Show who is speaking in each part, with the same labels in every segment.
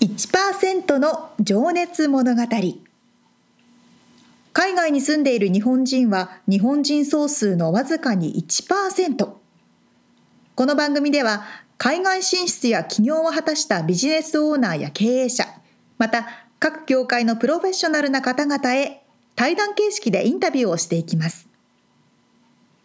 Speaker 1: 1%の情熱物語海外に住んでいる日本人は日本人総数のわずかに1%この番組では海外進出や起業を果たしたビジネスオーナーや経営者また各業界のプロフェッショナルな方々へ対談形式でインタビューをしていきます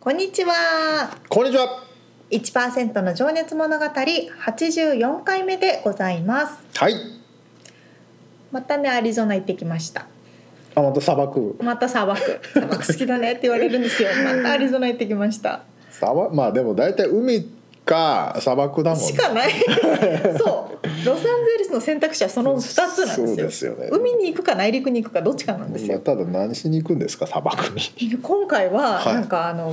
Speaker 1: こんにちは
Speaker 2: こんにちは。
Speaker 1: 1%の情熱物語84回目でございます
Speaker 2: はい。
Speaker 1: またねアリゾナ行ってきました
Speaker 2: あ、また砂漠。
Speaker 1: また砂漠砂漠好きだねって言われるん ですよまたアリゾナ行ってきました
Speaker 2: 砂漠、まあ、でも、大体海か砂漠だもん、ね。
Speaker 1: しかないそうロサンゼルスの選択肢はその2つなんですよ
Speaker 2: そうですよね
Speaker 1: 海に行くか内陸に行くかどっちかなんです
Speaker 2: まあ、
Speaker 1: よ、
Speaker 2: ただ、何しに行くんですか、砂漠に。
Speaker 1: 今回は
Speaker 2: はい
Speaker 1: なんかあの、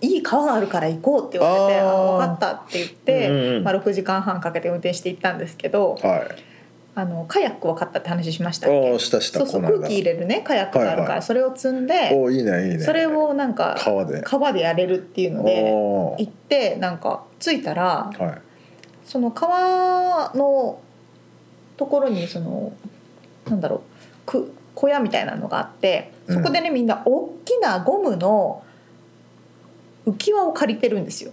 Speaker 1: い、い川があるから行こうって言われて「
Speaker 2: あー
Speaker 1: あ分かった」って言って、
Speaker 2: うんうん
Speaker 1: まあ、6時間半かけて運転して行ったんですけど
Speaker 2: は
Speaker 1: あのカヤックを買ったって話しました
Speaker 2: い。
Speaker 1: っけ
Speaker 2: おお、したした。
Speaker 1: そうそう
Speaker 2: この間
Speaker 1: 空気入れるねカヤックがある
Speaker 2: はい
Speaker 1: か
Speaker 2: は
Speaker 1: ら
Speaker 2: い
Speaker 1: それを積んで、
Speaker 2: おお、いいね、いいね。
Speaker 1: それ。をなんか
Speaker 2: 川で。
Speaker 1: 川でやれるっていうので
Speaker 2: おお
Speaker 1: 行
Speaker 2: ー。
Speaker 1: ってなんか着いたら
Speaker 2: はい。
Speaker 1: その川のところにそのなんだろうく小屋みたいなのがあってそこでね、みんな大きなゴムの浮き輪を借りてるんですよ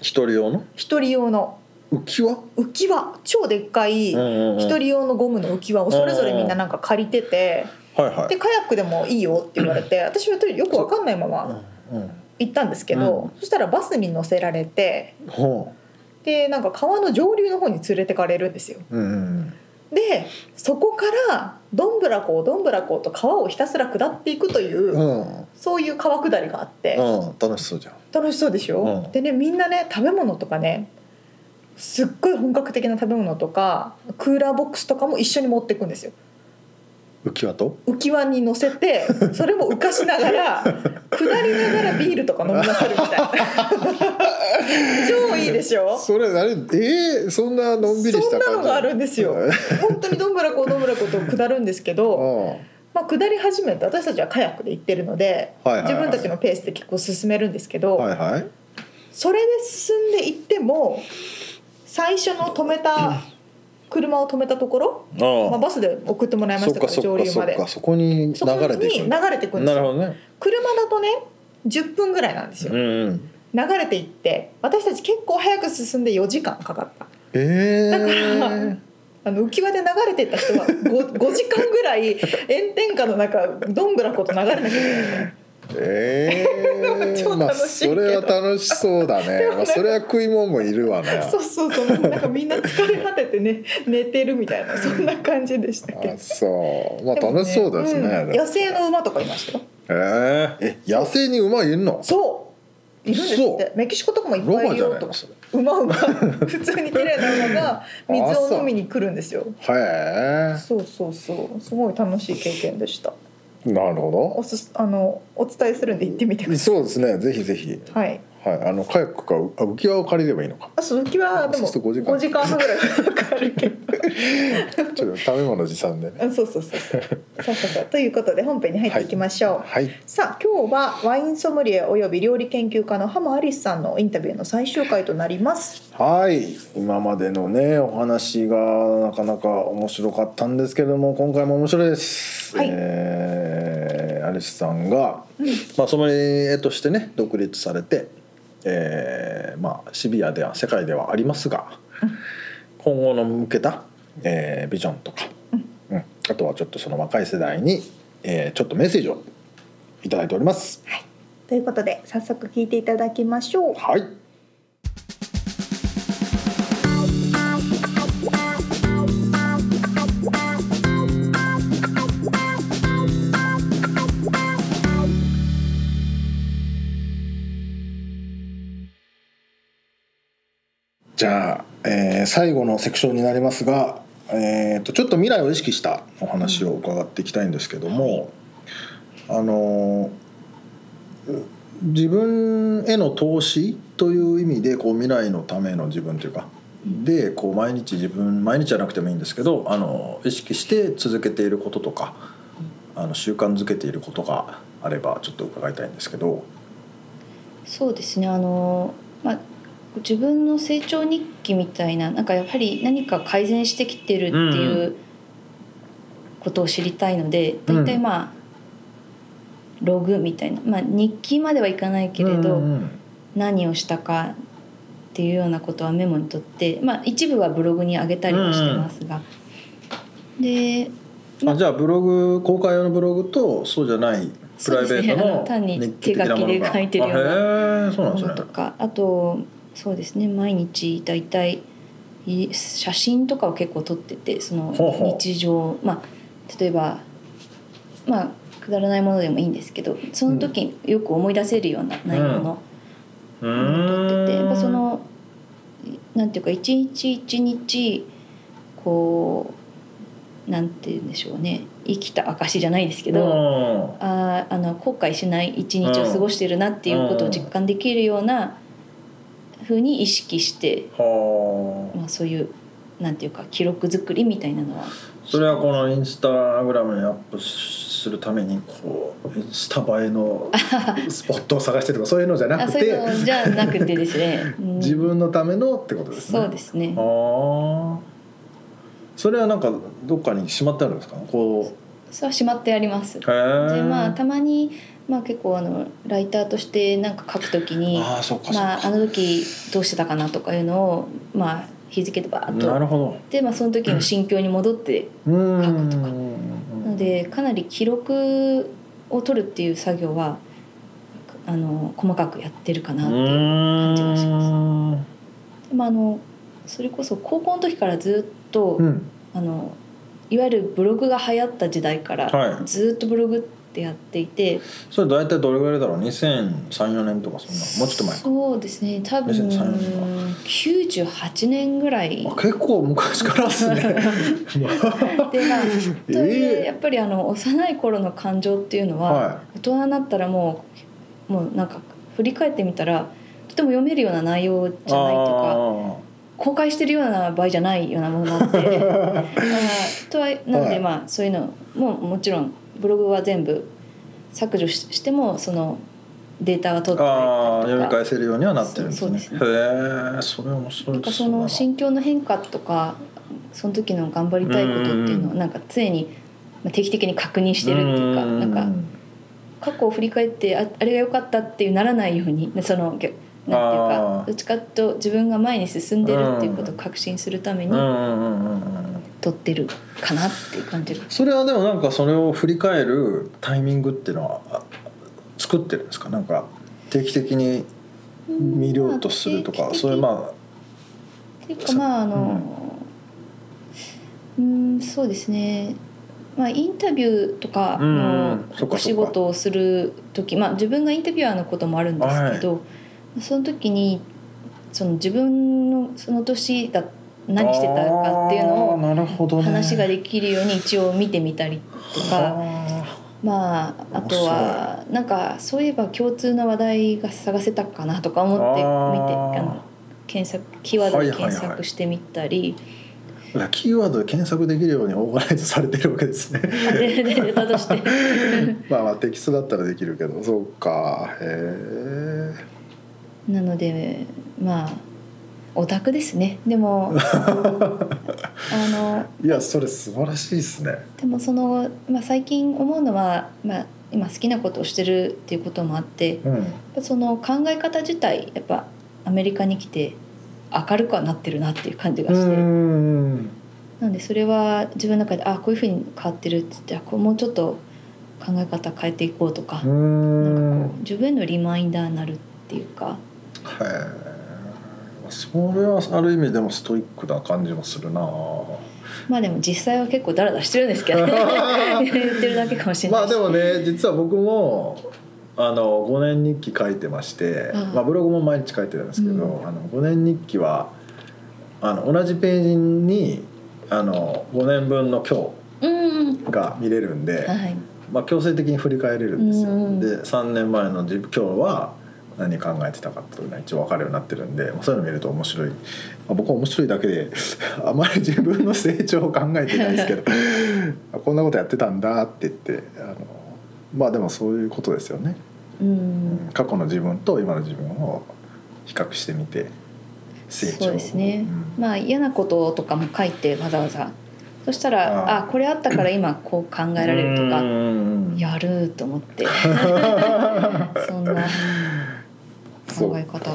Speaker 2: 一人用の。
Speaker 1: 一人用の
Speaker 2: 浮き輪。
Speaker 1: 浮き輪超でっかい一
Speaker 2: 一
Speaker 1: 人。用のゴムの浮き輪をそれぞれみんななんか借りてて
Speaker 2: はいは
Speaker 1: で
Speaker 2: い。
Speaker 1: カヤックでもいいよって言われて私はよくわかんないまま
Speaker 2: うんうん。
Speaker 1: 行ったんですけどそしたらバスに乗せられて
Speaker 2: ほ
Speaker 1: でなんか川の上流の方に連れてかれるんですよ。
Speaker 2: う。うん。
Speaker 1: でそこからどんぶらこうどんぶらこうと川をひたすら下っていくという、
Speaker 2: うん。
Speaker 1: そういう川下りがあって、
Speaker 2: うん。楽しそうじゃん。
Speaker 1: 楽しそうでしょ、
Speaker 2: うん
Speaker 1: でねみんなね食べ物とかねすっごい本格的な食べ物とかクーラーボックスとかも一緒に持っていくんですよ
Speaker 2: 浮き輪と。
Speaker 1: 浮き輪に乗せて それも浮かしながら下りながらビールとか飲みまくるみたいな 超いいでしょ
Speaker 2: それ、あれ、えー、そんなのんびりした感じ。
Speaker 1: そんなのがあるんですよ本当にどんぶらこうどんぶらこと下るんですけ
Speaker 2: う
Speaker 1: ど
Speaker 2: ん。はい
Speaker 1: まあ、下り始めて私たちはカヤックで行ってるので、
Speaker 2: はいはい
Speaker 1: 自分たちのペースで結構進めるんですけど、
Speaker 2: はいはい。
Speaker 1: それで進んでいっても最初の止めた車を止めたところ、
Speaker 2: あ
Speaker 1: まあ、バスで送ってもらいましたから上流まで
Speaker 2: そっかそこに流
Speaker 1: そこに
Speaker 2: れていくんだ
Speaker 1: 流れていくんですよ
Speaker 2: ほどね
Speaker 1: 車だとね10分ぐらいなんですよ、
Speaker 2: うん
Speaker 1: 流れていって私たち結構早く進んで4時間かかった
Speaker 2: え
Speaker 1: だから
Speaker 2: ー、
Speaker 1: あの浮き輪で流れていった人は 5, 5時間ぐらい炎天下の中どんぶらこと流れなきゃいけない
Speaker 2: え
Speaker 1: 超楽しいけど
Speaker 2: ー、まあそれは楽しそうだね、まあ、それは食い物もいるわね
Speaker 1: そうそうそうなんかみんな疲れ果てて ね寝てるみたいなそんな感じでしたけど
Speaker 2: あ。そうまあ楽しそうですね
Speaker 1: うん野生の馬とかいましたよ。
Speaker 2: えー、え野生に馬いるの
Speaker 1: そう。いるんですっ
Speaker 2: そ
Speaker 1: て。メキシコとかもいっ
Speaker 2: ロ
Speaker 1: ぱいい
Speaker 2: バ
Speaker 1: る
Speaker 2: じゃ
Speaker 1: よ
Speaker 2: ない
Speaker 1: と
Speaker 2: の
Speaker 1: か。
Speaker 2: それ
Speaker 1: 馬馬 普通に綺麗な馬 が水を飲みに来るんですよ。
Speaker 2: へ
Speaker 1: そうそうそう。すごい楽しい経験でした。
Speaker 2: えなるほ
Speaker 1: おすすあのお伝えするんで行ってみてく
Speaker 2: ど
Speaker 1: ださ
Speaker 2: そうですねぜひぜひ
Speaker 1: い。はい。
Speaker 2: はいあのカヤックかあ浮き輪を借りればいいのか
Speaker 1: あ、鈴木はでも
Speaker 2: そうすると
Speaker 1: 5
Speaker 2: 5
Speaker 1: 時
Speaker 2: 時
Speaker 1: 間
Speaker 2: 間
Speaker 1: 半ぐらいかかるけど。
Speaker 2: ちょっと食べ物持参でね
Speaker 1: あそうそうそう そう。そうそうそう。ということで本編に入っていきましょう。
Speaker 2: はい
Speaker 1: さあ今日はワインソムリエおよび料理研究家の浜アリスさんのインタビューの最終回となります。
Speaker 2: はい今までのねお話がなかなか面白かったんですけども今回も面白いです、
Speaker 1: はい
Speaker 2: えーアリスさんが、まあ、ソムリエとしてね独立されて、えーまあ、シビアでは世界ではありますが今後の向けた、えービジョンとか、うん、あとはちょっとその若い世代に、えーちょっとメッセージをいただいております。
Speaker 1: ということで早速聞いていただきましょう。
Speaker 2: はいじゃあ、えー最後のセクションになりますが、えー、とちょっと未来を意識したお話を伺っていきたいんですけども、あの自分への投資という意味でこう未来のための自分というかでこう毎日自分毎日じゃなくてもいいんですけどあの意識して続けていることとかあの習慣づけていることがあればちょっと伺いたいんですけど。
Speaker 3: そうですねあの、まあ、自分の成長日記みたいななんかやはり何か改善してきてるって
Speaker 2: うん
Speaker 3: いううことを知りたいので
Speaker 2: うん
Speaker 3: 大体まあログみたいな、まあ、日記まではいかないけれ
Speaker 2: う
Speaker 3: ど
Speaker 2: んうん
Speaker 3: 何をしたかっていうようなことはメモにとって、まあ、一部はブログに上げたりはしてますが。で
Speaker 2: あじゃあブログ公開用のブログとそうじゃないプライベート
Speaker 3: そうですねあ
Speaker 2: の
Speaker 3: の単に
Speaker 2: 日記的なもの
Speaker 3: 手書
Speaker 2: が
Speaker 3: きで書いてるよう
Speaker 2: あへえそうなんで
Speaker 3: もの
Speaker 2: す
Speaker 3: と
Speaker 2: ね
Speaker 3: かあとそうですね毎日だいたいい写真とかを結構撮っててその
Speaker 2: ほうほう
Speaker 3: 日常まあ例えばまあくだらないものでもいいんですけどその時によく思い出せるような内容の
Speaker 2: う
Speaker 3: ものを撮
Speaker 2: ー
Speaker 3: っ
Speaker 2: ん
Speaker 3: ててやっぱそのなんていうか一日一日こうなんて言うんでしょうね生きた証じゃないですけど、
Speaker 2: う
Speaker 3: あーあの後悔しない一日を過ごしてるなっていうことを実感できるようなふうに意識して、
Speaker 2: んはあ
Speaker 3: まあ、そういうなんていうか記録作りみたいなのは
Speaker 2: それはこのインスタグラムにアップするためにこうインスタ映え のスポットを探してとかそういうのじゃな
Speaker 3: あ
Speaker 2: く
Speaker 3: そうい
Speaker 2: て
Speaker 3: うのじゃなくてです ね、うん
Speaker 2: 自分のためのってことですね。
Speaker 3: そうですね
Speaker 2: ああそれはなんかどっかにしまってあるんですかこ
Speaker 3: それはしまってあります
Speaker 2: うへえ
Speaker 3: でまあたまに、まあ、結構あのライターとしてなんか書くときに
Speaker 2: ああそうかそう
Speaker 3: ま
Speaker 2: か
Speaker 3: あ、あの時どうしてたかなとかいうのを、まあ、日付でバーっ
Speaker 2: なる
Speaker 3: と
Speaker 2: ほ
Speaker 3: で、まあ、その時の心境に戻って
Speaker 2: どうん
Speaker 3: 書くとかな
Speaker 2: の
Speaker 3: のでかなり記録を取るっていう作業はあの細かくやってるかなっていう、
Speaker 2: 感
Speaker 3: じがしままあ、あのそれこそ高校の時からずっと、
Speaker 2: うん
Speaker 3: あのいわゆるブログが流行った時代から、
Speaker 2: はい
Speaker 3: ずっとブログってやっていて
Speaker 2: それ大体どれぐらいだろう2034年とかそんなもうちょっと前か
Speaker 3: そうですね多分
Speaker 2: 2003年か
Speaker 3: 98年ぐ らい
Speaker 2: あ結構昔からです ね
Speaker 3: で、まあ、
Speaker 2: え
Speaker 3: とはいえやっぱりあの幼い頃の感情っていうのは、
Speaker 2: は
Speaker 3: 大人になったらもうもうなんか振り返ってみたらとても読めるような内容
Speaker 2: い
Speaker 3: じゃないとか
Speaker 2: あ
Speaker 3: 公開してるような場合じゃないようなものもあって だからとはなの
Speaker 2: は
Speaker 3: で
Speaker 2: い
Speaker 3: まあそういうのももちろんブログは全部削除ししてもそのデータは取って
Speaker 2: ああ
Speaker 3: たり
Speaker 2: 読み
Speaker 3: とか
Speaker 2: 返せるようにはなってるんですね
Speaker 3: そう
Speaker 2: へえそれ面白
Speaker 3: なん
Speaker 2: い
Speaker 3: か
Speaker 2: です
Speaker 3: そ
Speaker 2: ね
Speaker 3: の心境の変化とかその時の頑張りたいことっていうの
Speaker 2: う
Speaker 3: を
Speaker 2: ん
Speaker 3: なんか常にまあ定期的に確認してるっていうか
Speaker 2: ん
Speaker 3: なんか過去を振り返ってああれが良かったっていうならないようにでそのぎょなんていう
Speaker 2: あー
Speaker 3: かどっちかというと自分が前に進んでるっていうことを確信するため
Speaker 2: うんう
Speaker 3: に
Speaker 2: んうんうんうん
Speaker 3: 撮ってるかなっていう感じが
Speaker 2: それはでもなんかそれを振り返るタイミングっていうのはあ作ってるんですかなんか定期的に見ようとするとか、そういう
Speaker 3: あ
Speaker 2: ま
Speaker 3: っていうかまああのうんそうですねまあインタビューとか
Speaker 2: うん
Speaker 3: の
Speaker 2: そっかそっか
Speaker 3: お仕事をする時まあ自分がインタビュアーのこともあるんですけど、その時にその自分のその年だ何してたかっていうのを
Speaker 2: あーなるほどね
Speaker 3: 話ができるように一応見てみたりとか、
Speaker 2: あ
Speaker 3: まああとはなんかそういえば共通の話題が探せたかなとか思って見
Speaker 2: あ
Speaker 3: て
Speaker 2: ー
Speaker 3: あの検索キーワードで検索してみたり、
Speaker 2: ーいやキーワードで検索できるようにオーガナイズされてるわけですね
Speaker 3: ででデータとして
Speaker 2: まあまあテキストだったらできるけどそうかへえ
Speaker 3: なのでまあオタクですねでもあの
Speaker 2: いやそれ素晴らしいですね
Speaker 3: でもその、まあ、最近思うのは、まあ、今好きなことをしてるっていうこともあってやっ
Speaker 2: うん
Speaker 3: ぱその考え方自体やっぱアメリカに来て明るくはなってるなっていう感じが
Speaker 2: う
Speaker 3: して。
Speaker 2: ん
Speaker 3: なんでそれは自分の中であこういうふうに変わってるって言ってあこうもうちょっと考え方変えていこうとか,、
Speaker 2: うん
Speaker 3: なんかこう自分へのリマインダーになるっていうか
Speaker 2: へえそれはある意味でもストイックな感じもするな
Speaker 3: まあでも実際は結構ダラダラしてるんですけ どね言ってるだけかもしれ
Speaker 2: ま
Speaker 3: な
Speaker 2: あ
Speaker 3: いし
Speaker 2: でもね実は僕もあの5年日記書いてまして、
Speaker 3: うん
Speaker 2: まあ、ブログも毎日書いてるんですけど、
Speaker 3: う
Speaker 2: あの5年日記はあの同じページにあの5年分の今
Speaker 3: うん
Speaker 2: 日が見れるんで、
Speaker 3: はい
Speaker 2: まあ、強制的に振り返れるんですよ、
Speaker 3: うんうん
Speaker 2: で3年前の自分今日は何考えてたかっていうのは一応分かるようになってるんでまあそういうの見ると面白いあ僕は面白いだけで あまり自分の成長を考えてないです けどあこんなことやってたんだって言ってあのまあでもそういうことですよね、
Speaker 3: う
Speaker 2: うんん過去の自分と今の自分を比較してみて成長
Speaker 3: そうですね
Speaker 2: うん
Speaker 3: まあ嫌なこととかも書いてわざわざそしたら
Speaker 2: あ
Speaker 3: あこれあったから今こう考えられると
Speaker 2: う
Speaker 3: か
Speaker 2: ん
Speaker 3: やると思ってそんな考え方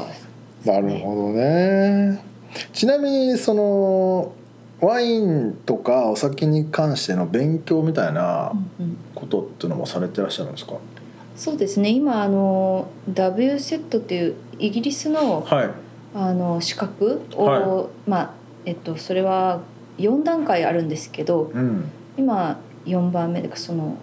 Speaker 2: なるほどね。ちなみにそのワインとかお酒に関しての勉強みたいな
Speaker 3: うんうん
Speaker 2: ことっていうのもされてらっしゃるんですか。
Speaker 3: そうですね今あの W セットっていうイギリスの
Speaker 2: はい。
Speaker 3: あの資格を、
Speaker 2: は
Speaker 3: まあえっとそれは4段階あるんですけど
Speaker 2: うん。
Speaker 3: 今4番目でその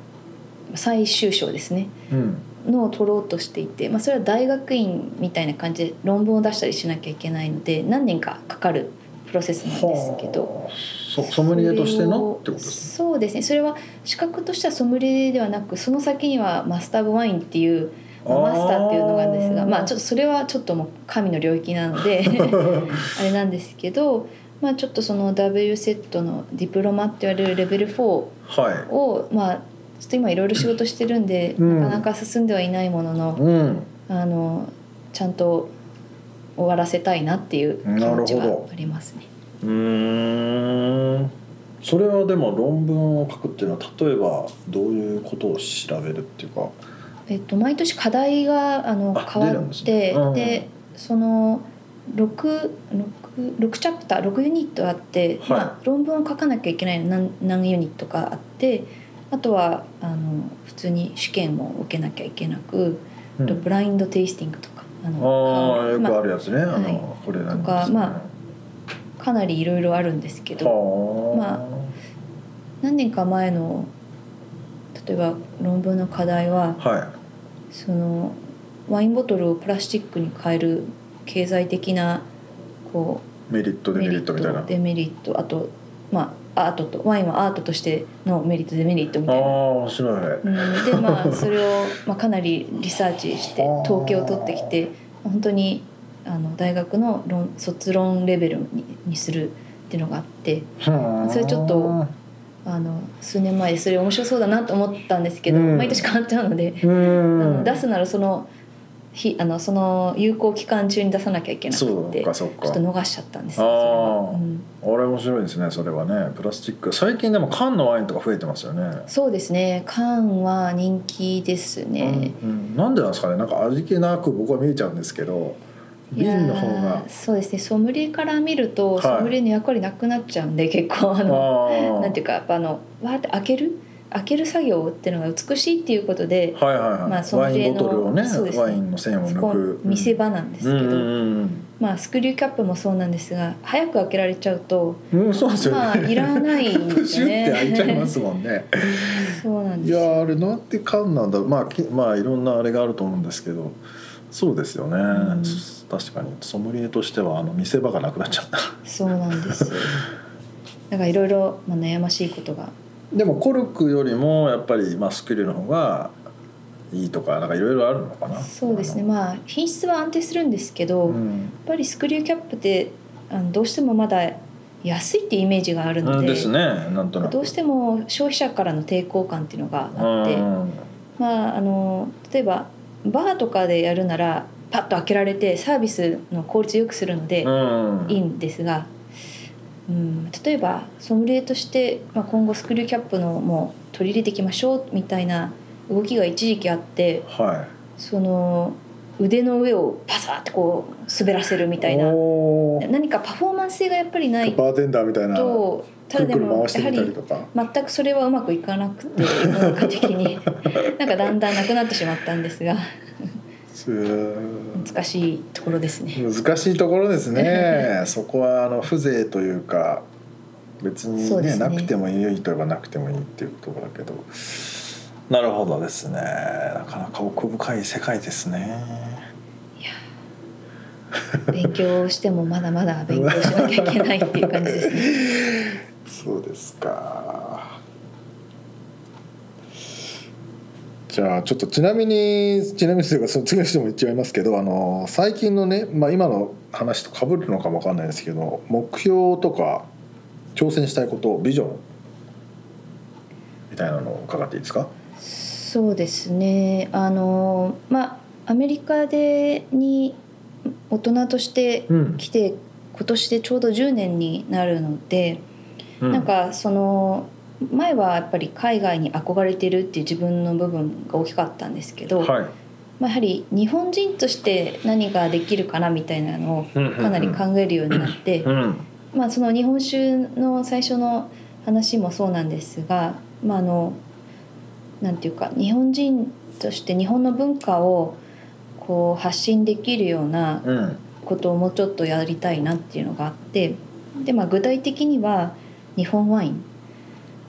Speaker 3: 最終章ですね
Speaker 2: うん。
Speaker 3: のを取ろうとしていて、まあ、それは大学院みたいな感じで論文を出したりしなきゃいけないので何年かかかるプロセスなんですけど。
Speaker 2: はあ。そソムリエとしてのってことですね。
Speaker 3: それをそうですねそれは資格としてはソムリエではなくその先にはマスター・オブ・ワインっていうまあマスターっていうのがあるんですがまあちょ
Speaker 2: っ
Speaker 3: っとそれはちょっともう神の領域なの であれなんですけど、まあ、ちょっとその W セットのディプロマって言われるレベル4を
Speaker 2: と。はい。
Speaker 3: まあちょっと今いろいろ仕事してるんで、
Speaker 2: うん
Speaker 3: なかなか進んではいないものの
Speaker 2: うん。
Speaker 3: あのちゃんと終わらせたいなっていう気持ち
Speaker 2: なるほ
Speaker 3: は
Speaker 2: ど
Speaker 3: ありますね。
Speaker 2: うーん。それはでも論文を書くっていうのは例えばどういうことを調べるっていうか。
Speaker 3: えっと、毎年課題があの
Speaker 2: あ
Speaker 3: 変わ
Speaker 2: 出るんで
Speaker 3: っ
Speaker 2: す
Speaker 3: て
Speaker 2: ね
Speaker 3: で,、
Speaker 2: うん
Speaker 3: その 6, 6, 6チャプター6ユニットあって、
Speaker 2: はい
Speaker 3: まあ、論文を書かなきゃいけない何何ユニットかあってあとはあの普通に試験も受けなきゃいけなく、
Speaker 2: う
Speaker 3: あ
Speaker 2: ん
Speaker 3: とブラインドテイスティングとかあの
Speaker 2: ああ
Speaker 3: か
Speaker 2: よ
Speaker 3: ま
Speaker 2: くあるやつね、あ
Speaker 3: はい
Speaker 2: のこれなんです
Speaker 3: とかまあかなりいろいろあるんですけど
Speaker 2: は
Speaker 3: ま何年か前の例えば論文の課題は
Speaker 2: あはい
Speaker 3: そのワインボトルをプラスチックに変える経済的なこ
Speaker 2: メリット
Speaker 3: う
Speaker 2: デメリットみたいな
Speaker 3: デメリットあとまあアートとワインはアートとしてのメリットデメリットみ
Speaker 2: ああ
Speaker 3: たいな。
Speaker 2: 面白い、
Speaker 3: うんでまあそれを、まあ、かなりリサーチして
Speaker 2: はあ
Speaker 3: 統計を取ってきて本当にあの大学の論卒論レベルににするっていうのがあって
Speaker 2: はあ
Speaker 3: それちょっとあの数年前でそれ面白そうだなと思ったんですけど、
Speaker 2: うん
Speaker 3: 毎年変わっちゃうので
Speaker 2: う
Speaker 3: あの
Speaker 2: ん
Speaker 3: 出すならその日あのその有効期間中に出さなきゃいけな
Speaker 2: そ
Speaker 3: く
Speaker 2: う
Speaker 3: てち
Speaker 2: か
Speaker 3: ょっ
Speaker 2: そうか
Speaker 3: と逃しちゃったんです
Speaker 2: あ
Speaker 3: よ
Speaker 2: ー
Speaker 3: そ
Speaker 2: あ
Speaker 3: れはうん
Speaker 2: れ面白いですねそれはねプラスチック最近でも缶のワインとか増えてますよね
Speaker 3: そうですね缶は人気ですね、
Speaker 2: うんうんなんでなんですかねなんか味気なく僕は見えちゃうんですけど
Speaker 3: いやー
Speaker 2: 瓶の方が
Speaker 3: そうですねソムリエから見ると、
Speaker 2: はい
Speaker 3: ソムリエの役割なくなっちゃうんで結構あ
Speaker 2: あ
Speaker 3: の
Speaker 2: ー
Speaker 3: なんていうかやっぱあのわーって開ける開ける作業っていうのが美しいっていうことで、
Speaker 2: はいはいはい、
Speaker 3: まあその
Speaker 2: ワインボトルをね
Speaker 3: 例のそうですね
Speaker 2: ワインの線を
Speaker 3: そ
Speaker 2: 抜
Speaker 3: こ
Speaker 2: く
Speaker 3: 見せ場なんですけど、
Speaker 2: うんうん
Speaker 3: まあスクリューキャップもそうなんですが早く開けられちゃうと
Speaker 2: うんうん、そうですよね、
Speaker 3: まあいらないん
Speaker 2: プ
Speaker 3: で
Speaker 2: シュ
Speaker 3: すよ
Speaker 2: って開いちゃいま
Speaker 3: ね。
Speaker 2: すもんね。
Speaker 3: そうなん
Speaker 2: い
Speaker 3: ですよ
Speaker 2: やーあれなんて缶なんだろうまあきまあいろんなあれがあると思うんですけどそうですよね、
Speaker 3: うん
Speaker 2: そ確かにソムリエとしてはあの見せ場がなくなっちゃった
Speaker 3: そうなんです よ。だからいろいろまあ悩ましいことが。
Speaker 2: でもコルクよりもやっぱり、まあ、スクリューの方がいいとかなんかいろいろあるのかな
Speaker 3: そうですね。まあ品質は安定するんですけ
Speaker 2: あ
Speaker 3: ど、
Speaker 2: のう
Speaker 3: やっ
Speaker 2: ん、
Speaker 3: ぱりスクリューキャップってあのどうしてもまだ安いってイメージがあるの
Speaker 2: うん
Speaker 3: で、
Speaker 2: ですねなんとなく
Speaker 3: どうしても消費者からの抵抗感っていうのがあって、
Speaker 2: うん
Speaker 3: まああの例えばバーとかでやるならパッと開けられてサービスの効率を良くするので、
Speaker 2: うん
Speaker 3: いいんですが、うん、例えばソムリエとして、まあ、今後スクリューキャップのもう取り入れていきましょうみたいな動きが一時期あって
Speaker 2: は
Speaker 3: その腕の上をパサーってこう滑らせるみ
Speaker 2: い
Speaker 3: たいな
Speaker 2: おー
Speaker 3: 何かパフォーマンス性がやっぱりない
Speaker 2: バーテンダーみたいな
Speaker 3: とた
Speaker 2: くる
Speaker 3: だで
Speaker 2: くる
Speaker 3: も
Speaker 2: 回して
Speaker 3: やは
Speaker 2: みたり
Speaker 3: り
Speaker 2: とか
Speaker 3: 全くそれはうまくいかなくて世の中的に なんかだんだんなくなってしまったんですが
Speaker 2: すー
Speaker 3: 難しいところですね。
Speaker 2: 難しいところです ねそこはあの風情というか別に
Speaker 3: そう
Speaker 2: ね
Speaker 3: ですね
Speaker 2: なくてもいいといえばなくてもいいっていうところだけどなるほどですねなかなか奥深い世界ですね
Speaker 3: 勉強してもまだまだ勉強しなきゃいけないっていう感じですね。
Speaker 2: そうですかじゃあちょっとちなみにちなみにというかその次の人も言っちゃいますけどあの最近のね、まあ、今の話とかぶるのかもわかんないですけど目標とか挑戦したいことビジョンみたいなのを伺っていいですか
Speaker 3: そうですねあのまあアメリカでに大人として
Speaker 2: うん
Speaker 3: 来て今年でちょうど10年になるので、なんかその前はやっぱり海外に憧れてるっていう自分の部分が大きかったんですけど、
Speaker 2: はい
Speaker 3: まあ、やはり日本人として何ができるかなみたいなのをかなり考えるようになって、
Speaker 2: うん
Speaker 3: まあ、その日本酒の最初の話もそうなんですが、まあ、あのなんていうか日本人として日本の文化をこう発信できるような
Speaker 2: うん
Speaker 3: ことをもうちょっとやりたいなっていうのがあってで、まあ、具体的には日本ワイン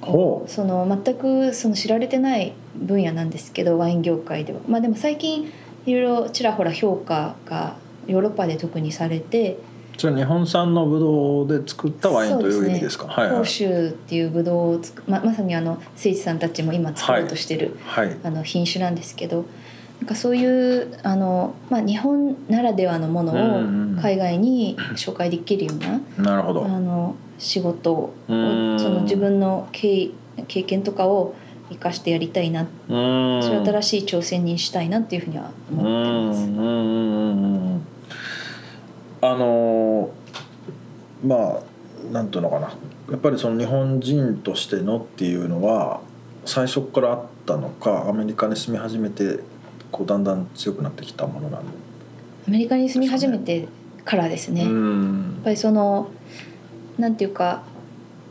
Speaker 2: ほ
Speaker 3: その全くその知られてない分野なんですけどワイン業界では。まあ、でも最近いろいろちらほら評価がヨーロッパで特にされて、
Speaker 2: うそれ日本産のブドウで作ったワインという意味ですかはいは
Speaker 3: 甲
Speaker 2: い
Speaker 3: 州っていうブドウをつくままさにあの誠司さんたちも今作ろうとしてる、
Speaker 2: はい
Speaker 3: あの品種なんですけどなんかそういうあの、まあ、日本ならではのも
Speaker 2: うんう
Speaker 3: の
Speaker 2: ん
Speaker 3: を海外に紹介できるような、
Speaker 2: なるほど
Speaker 3: あの仕事を
Speaker 2: う
Speaker 3: そ
Speaker 2: ん
Speaker 3: の自分の経経験とかを生かしてやりたいな
Speaker 2: うん
Speaker 3: それを新しい挑戦にしたいなっていうふうには
Speaker 2: うん
Speaker 3: 思ってます。
Speaker 2: うんうんうんうんあのーまあなんていうのかなやっぱりその日本人としてのっていうのは最初からあったのかアメリカに住み始めてこうだんだん強くなってきたものなんで
Speaker 3: アメリカに住み始めてからですね、やっぱりそのなんていうか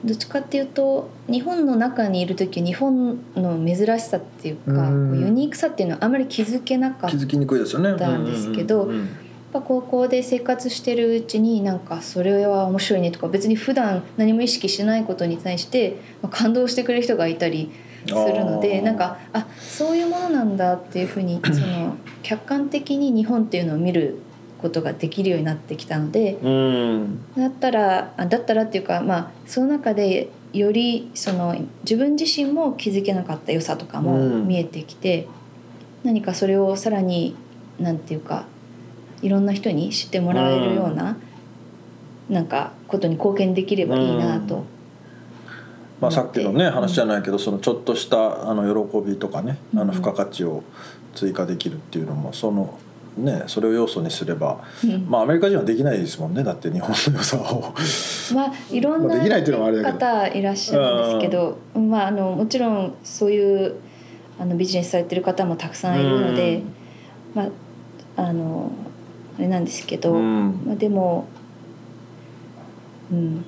Speaker 3: どっちかっていうと日本の中にいる時日本の珍しさっていうか
Speaker 2: うん
Speaker 3: こうユニークさっていうのはあんまり気づけなかっ
Speaker 2: 気
Speaker 3: たやっ
Speaker 2: づきにくいですよね。
Speaker 3: たんですけど
Speaker 2: うんうんうん
Speaker 3: ぱ高校で生活してるうちになんかそれは面白いねとか別に普段何も意識してないことに対してまあ感動してくれる人がいたりするの
Speaker 2: あ
Speaker 3: で
Speaker 2: ー
Speaker 3: なんかあそういうものなんだっていうふうにその客観的に日本っていうのを見ることができるようになってきたので。
Speaker 2: うん
Speaker 3: だったらあだったらっていうかまあその中でよりその自分自身も気づけなかった良さとかも
Speaker 2: うん
Speaker 3: 見えてきて、何かそれをさらになんていうかいろんな人に知ってもらえるような、なんかことに貢献できればいいなと、
Speaker 2: まあ、さっきのね
Speaker 3: うん
Speaker 2: 話じゃないけどそのちょっとしたあの喜びとかねあ
Speaker 3: うん
Speaker 2: の付加価値を追加できるっていうのもそのねそれを要素にすればまあアメリカ人はできないですもんねだって日本の良さを。
Speaker 3: まあいろん
Speaker 2: まあ
Speaker 3: な
Speaker 2: できないっていうのもあれだけど
Speaker 3: 方いらっしゃるんですけど、まああのもちろんそういうあのビジネスされてる方もたくさんいるので。まあ、あのあれなんですけ
Speaker 2: う
Speaker 3: ど、
Speaker 2: ん
Speaker 3: まあ、でも、うん、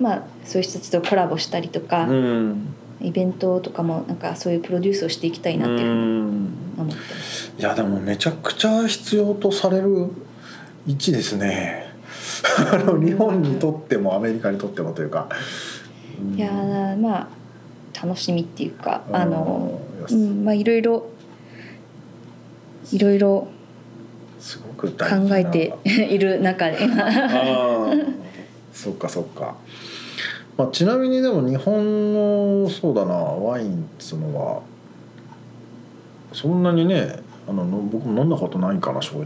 Speaker 3: まあそういう人たちとコラボしたりとか、
Speaker 2: うん
Speaker 3: イベントとかもなんかそういうプロデュースをしていきたいなっていうふうに
Speaker 2: うん
Speaker 3: 思ってます。
Speaker 2: いやでもめちゃくちゃ必要とされる位置ですね あの日本にとってもアメリカにとってもというか。
Speaker 3: いやーまあ楽しみっていうか
Speaker 2: うん
Speaker 3: あの、
Speaker 2: よし
Speaker 3: うん、まあいろいろいろいろ
Speaker 2: すごく
Speaker 3: 考
Speaker 2: 大事な
Speaker 3: えて いる中で今
Speaker 2: ああそっかそっか、まあ、ちなみにでも日本のそうだなワインっつうのはそんなにねあのの僕も飲んだことないから正直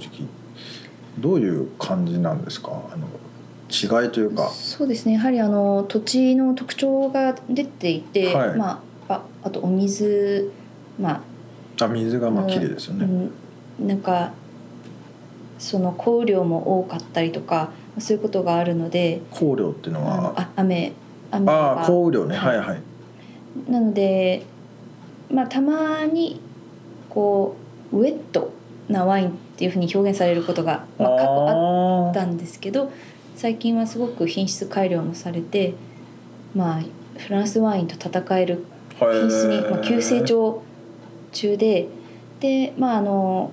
Speaker 2: どういう感じなんですかあの違いというか
Speaker 3: そうですねやはりあの土地の特徴が出ていて、
Speaker 2: はい
Speaker 3: まあああとお水まあ
Speaker 2: あ水がまあ綺麗ですよね、
Speaker 3: うん、なんかその降雨量も多かったりとかそういうことがあるので
Speaker 2: 香料っていうの
Speaker 3: あの
Speaker 2: は
Speaker 3: あ雨雨と
Speaker 2: ああ
Speaker 3: か
Speaker 2: 香料ねは
Speaker 3: はい
Speaker 2: いはい
Speaker 3: なのでまあたまにこうウェットなワインっていうふうに表現されることが、まあ、過去あ
Speaker 2: あ
Speaker 3: ったんですけど最近はすごく品質改良もされてまあフランスワインと戦える
Speaker 2: 品
Speaker 3: 品質に、まあ、急成長中でで、まあ、あの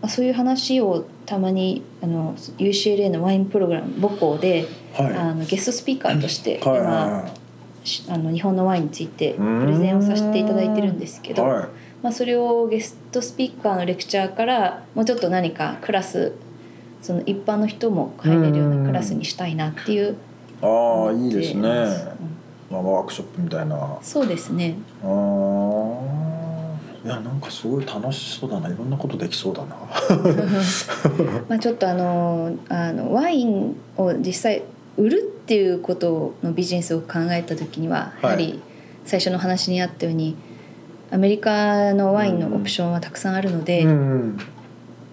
Speaker 3: まあそういう話をたまにあの UCLA のワインプログラム母校で、
Speaker 2: は
Speaker 3: あのゲストスピーカーとして
Speaker 2: い
Speaker 3: 今、
Speaker 2: はいは
Speaker 3: しあの日本のワインについてプレゼンをさせていただいてるんですけ
Speaker 2: い
Speaker 3: ど、
Speaker 2: はい
Speaker 3: まあ、それをゲストスピーカーのレクチャーからもうちょっと何かクラスその一般の人も入れるようなクラスにしたいなっていう
Speaker 2: ああ
Speaker 3: 思
Speaker 2: いい
Speaker 3: って
Speaker 2: ですね
Speaker 3: ますうん
Speaker 2: まあ、ワークショップみたいな
Speaker 3: そうですね
Speaker 2: あーいやなんかすごい楽しそうだないろんなことできそうだな
Speaker 3: まあちょっとあのあのワインを実際売るっていうことのビジネスを考えた時には
Speaker 2: はい
Speaker 3: やはり最初の話にあったようにアメリカのワインのオプションはたくさんあるので、
Speaker 2: うん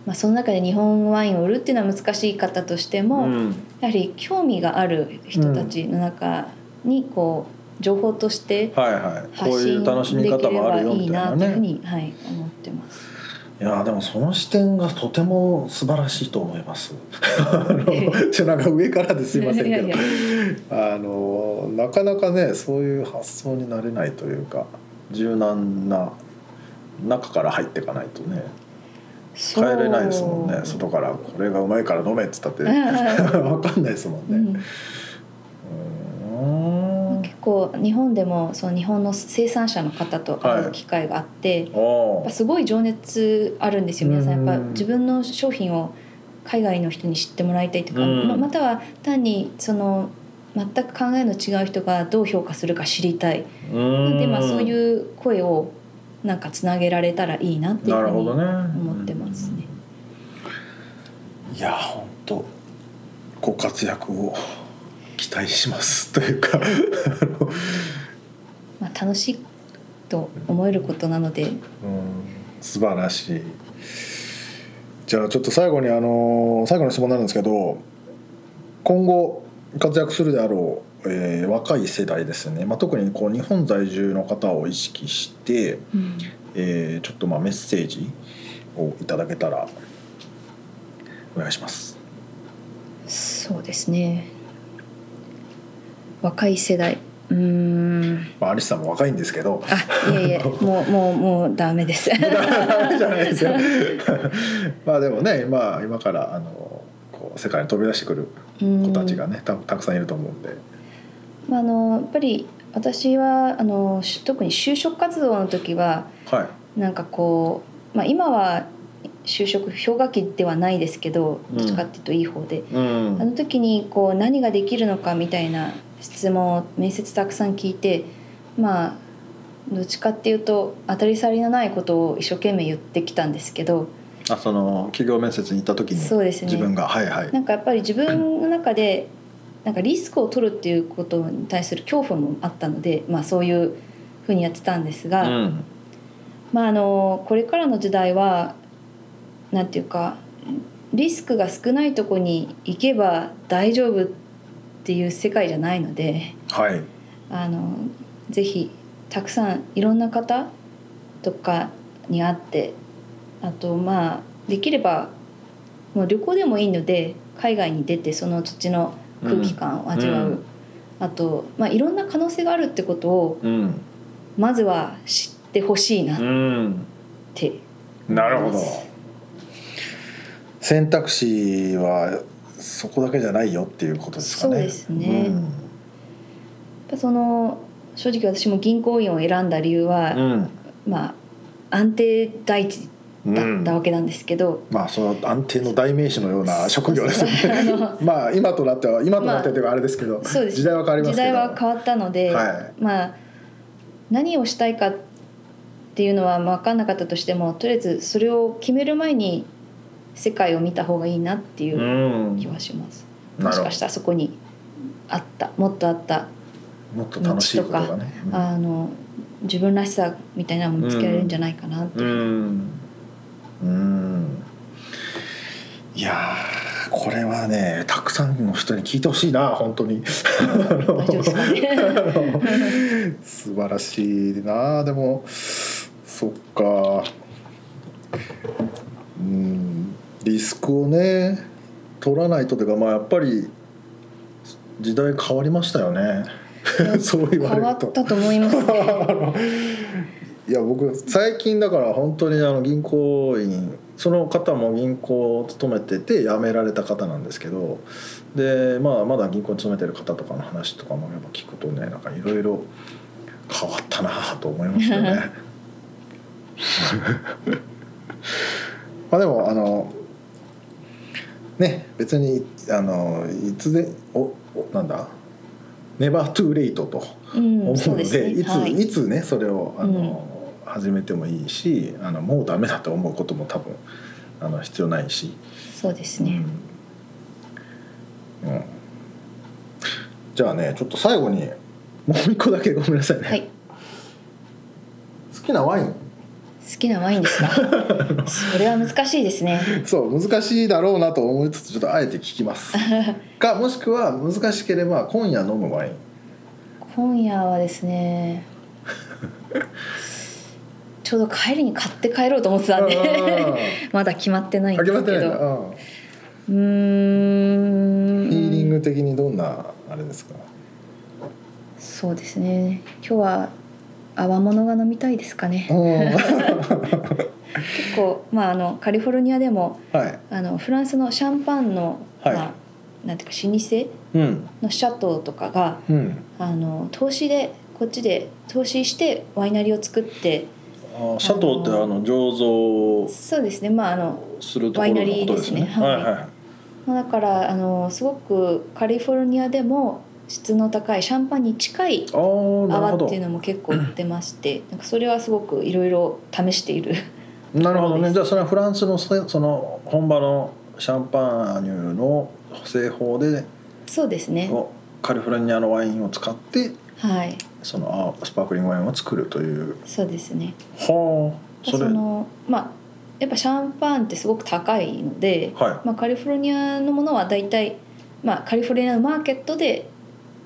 Speaker 3: まあ、その中で日本ワインを売るっていうのは難しい方としても、
Speaker 2: うん
Speaker 3: やはり興味がある人たちの中にこう情報として
Speaker 2: はいはいこう
Speaker 3: 発
Speaker 2: い
Speaker 3: 信
Speaker 2: う楽しみ
Speaker 3: でき
Speaker 2: 方
Speaker 3: れ
Speaker 2: もあ
Speaker 3: ば
Speaker 2: るよ
Speaker 3: い
Speaker 2: み
Speaker 3: い
Speaker 2: たい
Speaker 3: な
Speaker 2: な
Speaker 3: というふう
Speaker 2: ね
Speaker 3: に、はい、思ってます。
Speaker 2: いやーでもその視点がとても素晴らしいと思いますあのちょなんか上からですいませんけど
Speaker 3: いやいやい
Speaker 2: あのなかなかねそういう発想になれないというか柔軟な中から入っていかないとね
Speaker 3: そう
Speaker 2: 変えれないですもんね外から「これがうまいから飲め」っつったって
Speaker 3: うん う
Speaker 2: わかんないですも
Speaker 3: うんん
Speaker 2: ね。うーん
Speaker 3: 結構日本でもその日本の生産者の方と会う機会があって、やっ
Speaker 2: お
Speaker 3: ぱ
Speaker 2: ー
Speaker 3: すごい情熱あるんですよ皆さんやっぱ
Speaker 2: うん
Speaker 3: 自分の商品を海外の人に知ってもらいたいとか、
Speaker 2: うん
Speaker 3: ままたは単にその全く考えの違う人がどう評価するか知りたい、
Speaker 2: うーん
Speaker 3: でまあそういう声をなんかつなげられたらいいなってい
Speaker 2: な
Speaker 3: うふ
Speaker 2: る
Speaker 3: う
Speaker 2: ほ
Speaker 3: に
Speaker 2: どね
Speaker 3: 思ってますね。
Speaker 2: いや本当ご活躍を期待しますというかあの
Speaker 3: まあ、楽しいと思えることなので
Speaker 2: うん素晴らしいじゃあちょっと最後にあの最後の質問になるんですけど今後活躍するであろう、えー若い世代ですね、まあ、特にこう日本在住の方を意識して、えーちょっとまあメッセージをいただけたらお願いします。
Speaker 3: そうですね若い世代うーん
Speaker 2: まあ、アリスさんも若いんですけど
Speaker 3: あいえい えもうもうもうダメです
Speaker 2: ダメじゃないですよ まあでもね、まあ、今からあのこう世界に飛び出してくる
Speaker 3: うん
Speaker 2: 子たちがね、たたくさんいると思うんで。
Speaker 3: まあ、あのやっぱり私はあのし特に就職活動の時は
Speaker 2: はい
Speaker 3: なんかこう、まあ、今は就職氷河期ではないですけど
Speaker 2: うん
Speaker 3: どっちかっていうといい方で、
Speaker 2: うん
Speaker 3: あの時にこう何ができるのかみたいな質問を面接たくさん聞いてまあどっちかっていうと当たり障りのないことを一生懸命言ってきたんですけど
Speaker 2: あその企業面接に行った時に
Speaker 3: そうですね
Speaker 2: 自分がはいはい
Speaker 3: なんかやっぱり自分の中でなんかリスクを取るっていうことに対する恐怖もあったので、まあ、そういうふうにやってたんですが、
Speaker 2: うん
Speaker 3: まあ、あのこれからの時代はなんていうかリスクが少ないとこに行けば大丈夫っていう世界じゃないので。
Speaker 2: はい
Speaker 3: あのぜひたくさんいろんな方とかに会ってあとまあできればもう旅行でもいいので海外に出てその土地の空気感を味わう、
Speaker 2: うん
Speaker 3: あと、まあ、いろんな可能性があるってことを
Speaker 2: うん
Speaker 3: まずは知ってほしいなっ
Speaker 2: うん
Speaker 3: て、
Speaker 2: なるほど選択肢はそこだけじゃないよっていうことですかね
Speaker 3: そうですねやっぱその正直私も銀行員を選んだ理由
Speaker 2: う
Speaker 3: は、
Speaker 2: ん
Speaker 3: まあ安定第一
Speaker 2: うん、
Speaker 3: だったわけなんですけど、
Speaker 2: まあその安定の代名詞のような職業ですよ
Speaker 3: そうそう
Speaker 2: ね
Speaker 3: そう あの
Speaker 2: まあ今となっては今となってというかあれですけど、
Speaker 3: そうです
Speaker 2: 時代は変わりますけ
Speaker 3: 時
Speaker 2: ど
Speaker 3: 代は変わったので、
Speaker 2: はい
Speaker 3: まあ何をしたいかっていうのは分かんなかったとしてもとりあえずそれを決める前に世界を見た方がいいなっていう
Speaker 2: うん
Speaker 3: 気はします、
Speaker 2: な
Speaker 3: も
Speaker 2: る
Speaker 3: し
Speaker 2: ほ
Speaker 3: かしたらそこにあったもっとあった、
Speaker 2: どもっと楽しいことがね
Speaker 3: あの自分らしさみたいなのも見つけられるんじゃないかなっ
Speaker 2: う
Speaker 3: て、
Speaker 2: んうんいやーこれはねたくさんの人に聞いてほしいな本当にあの
Speaker 3: 大丈夫ですかね
Speaker 2: あの 素晴らしいなでもそっかうんリスクをね取らないとというかまあやっぱり時代変わりましたよね そう言
Speaker 3: 変
Speaker 2: われ
Speaker 3: わ
Speaker 2: る
Speaker 3: っ
Speaker 2: と
Speaker 3: たと思いますね
Speaker 2: いや僕最近だから本当にあの銀行員その方も銀行を勤めてて辞められた方なんですけどで、まあ、まだ銀行に勤めてる方とかの話とかもやっぱ聞くとねなんかいろいろ変わったなぁと思いますよね。まあでもあのね別にあのいつでおおなんだネバートゥーレイトと
Speaker 3: うん
Speaker 2: 思う
Speaker 3: そ
Speaker 2: の
Speaker 3: う
Speaker 2: で,、
Speaker 3: ですね
Speaker 2: いつ、、
Speaker 3: はい
Speaker 2: つねそれをあの、始めてもいいしあのもうダメだと思うことも多分あの必要ないし。
Speaker 3: そうですね、
Speaker 2: うんうんじゃあねちょっと最後にもう一個だけごめんなさいね、
Speaker 3: はい好
Speaker 2: 好きなワイン
Speaker 3: きなワイ ンですかそれは難しいですね
Speaker 2: そう難しいだろうなと思いつつちょっとあえて聞きます かもしくは難しければ今夜飲むワイン
Speaker 3: 今夜はですねちょうど帰りに買って帰ろうと思ってたんで まだ決まってないん
Speaker 2: あ
Speaker 3: で
Speaker 2: 決ますって
Speaker 3: け
Speaker 2: ないな、
Speaker 3: ど
Speaker 2: うん、ヒ
Speaker 3: うーん
Speaker 2: ーリング的にどんなあれ ですか
Speaker 3: そうですね今日は泡物が飲みたいですか
Speaker 2: うん
Speaker 3: ね結構まああのカリフォルニアでも
Speaker 2: はい
Speaker 3: あのフランスのシャンパンの、
Speaker 2: はい
Speaker 3: まあ、なんていうか老舗
Speaker 2: うん
Speaker 3: のシャトーとかが
Speaker 2: うん
Speaker 3: あの投資でこっちで投資してワイナリーを作って
Speaker 2: あシャトーってあの醸造
Speaker 3: そうですねまああの
Speaker 2: するところのことですね
Speaker 3: ワイナリ
Speaker 2: は
Speaker 3: ーですねはいい
Speaker 2: はい
Speaker 3: まあだからあのすごくカリフォルニアでも質の高いシャンパンに近い
Speaker 2: あーなるほ
Speaker 3: 泡
Speaker 2: ど
Speaker 3: っていうのも結構売ってましてなんかそれはすごくいろいろ試している
Speaker 2: なるほどねじゃあそれはフランスのせその本場のシャンパーニュの製法で
Speaker 3: そうですね
Speaker 2: をカリフォルニアのワインを使って
Speaker 3: はい
Speaker 2: そのあスパークリングワインを作るという
Speaker 3: そうですね
Speaker 2: はあそ
Speaker 3: そ
Speaker 2: れはい
Speaker 3: のまあやっぱシャンパンってすごく高いので、まあ、カリフォルニアのものは大体、まあ、カリフォルニアのマーケットで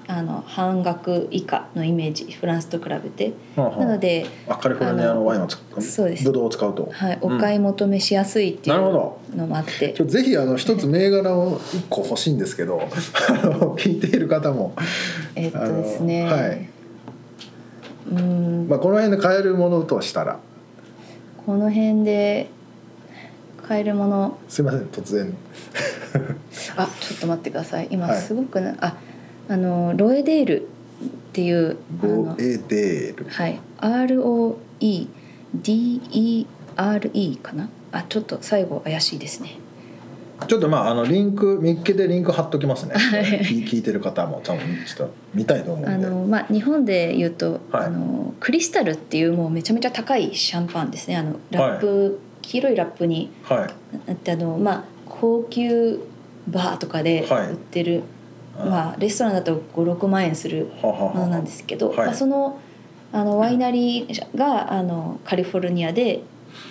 Speaker 3: あの半額以下のイメージフランスと比べて
Speaker 2: はあ
Speaker 3: なの
Speaker 2: は
Speaker 3: で、
Speaker 2: ああカリフォルニアのワインを使
Speaker 3: あのそうです
Speaker 2: ぶどうを使うと
Speaker 3: はい、
Speaker 2: うん
Speaker 3: お買い求めしやすいってい
Speaker 2: なる
Speaker 3: う
Speaker 2: ほど
Speaker 3: のもあって、
Speaker 2: ちょっとぜひあの一つ銘柄を一個欲しいんですけど あの聞いている方も、
Speaker 3: えっとですね、
Speaker 2: あのはいう
Speaker 3: ーん
Speaker 2: まあ、この辺で買えるものとしたら
Speaker 3: この辺で買えるもの
Speaker 2: すいません突然
Speaker 3: あちょっと待ってください今
Speaker 2: はい
Speaker 3: すごくな、ああのロエデールっていうあ
Speaker 2: ロ
Speaker 3: の
Speaker 2: エデール
Speaker 3: はい、ROEDERE かなあちょっと最後怪しいですね
Speaker 2: ちょっとまああのリンク見っけでリンク貼っときますね。
Speaker 3: はい
Speaker 2: 聞聞いてる方も多分ちょっと見たいと思う
Speaker 3: あ
Speaker 2: んで。
Speaker 3: の、まあ、日本で言うと、
Speaker 2: はい
Speaker 3: あのクリスタルっていうもうめちゃめちゃ高いシャンパンですねあのラップ、黄色いラップに
Speaker 2: はい。
Speaker 3: あってあの、まあ、高級バーとかで
Speaker 2: はい
Speaker 3: 売ってる、
Speaker 2: あ
Speaker 3: まあ、レストランだと56万円する
Speaker 2: はは
Speaker 3: ものなん
Speaker 2: は。
Speaker 3: ですけど、
Speaker 2: はい
Speaker 3: まあ、そのあのワイナリーがあのカリフォルニアで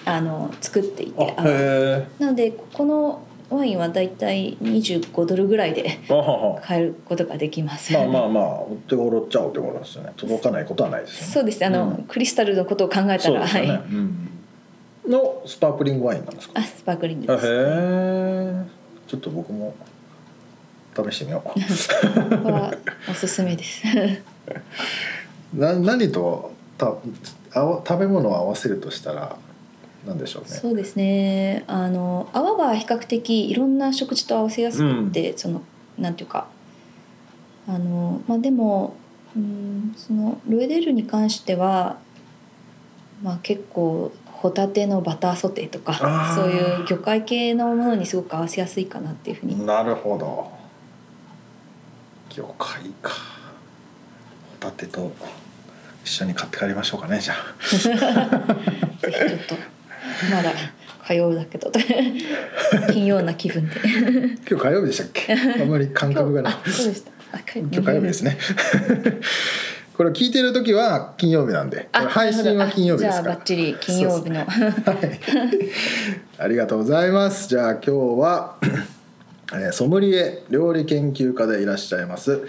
Speaker 3: あの作ってい
Speaker 2: あ
Speaker 3: てあの
Speaker 2: へえ。
Speaker 3: なのでここのワインはだいたい25ドルぐらいで
Speaker 2: あはは。
Speaker 3: 買えることができます。
Speaker 2: まあまあまあお手頃っちゃお手頃ですよね。届かないことはないです
Speaker 3: そ
Speaker 2: よね。
Speaker 3: うですねあの、
Speaker 2: うん
Speaker 3: クリスタルのことを考えたら、
Speaker 2: です
Speaker 3: は
Speaker 2: よね
Speaker 3: い。
Speaker 2: うんのスパークリングワインなんですか。
Speaker 3: あスパークリング
Speaker 2: あへ
Speaker 3: です、
Speaker 2: え。ちょっと僕も試してみよ
Speaker 3: ここはおすすめです。
Speaker 2: う。な何とたあわ食べ物を合わせるとしたら何でしょうね。
Speaker 3: そうですねあの泡は比較的いろんな食事と合わせやすくて、そのなんていうかあのまあでもうんそのルエデルに関しては、まあ、結構ホタテのバターソテーと
Speaker 2: あー
Speaker 3: かそういう魚介系のものにすごく合わせやすいかなっていうふうに
Speaker 2: なるほど魚介かホタテと一緒に買って帰りましょうかねじゃあ
Speaker 3: ぜひちょっとまだ通うだけど 金曜な気分で
Speaker 2: 今日火曜日でしたっ けあんまり感
Speaker 3: 今
Speaker 2: 覚が
Speaker 3: 日
Speaker 2: ない
Speaker 3: あそうでしたあ火
Speaker 2: 今日火曜日です ねこれ聞いてる時は金曜日なんでこ
Speaker 3: あ
Speaker 2: れ配信は金曜日です
Speaker 3: じ
Speaker 2: か
Speaker 3: ゃ
Speaker 2: ら
Speaker 3: あバッチリ金曜日の
Speaker 2: ありがとうございますじゃあ今日は、えーソムリエ料理研究家でいらっしゃいます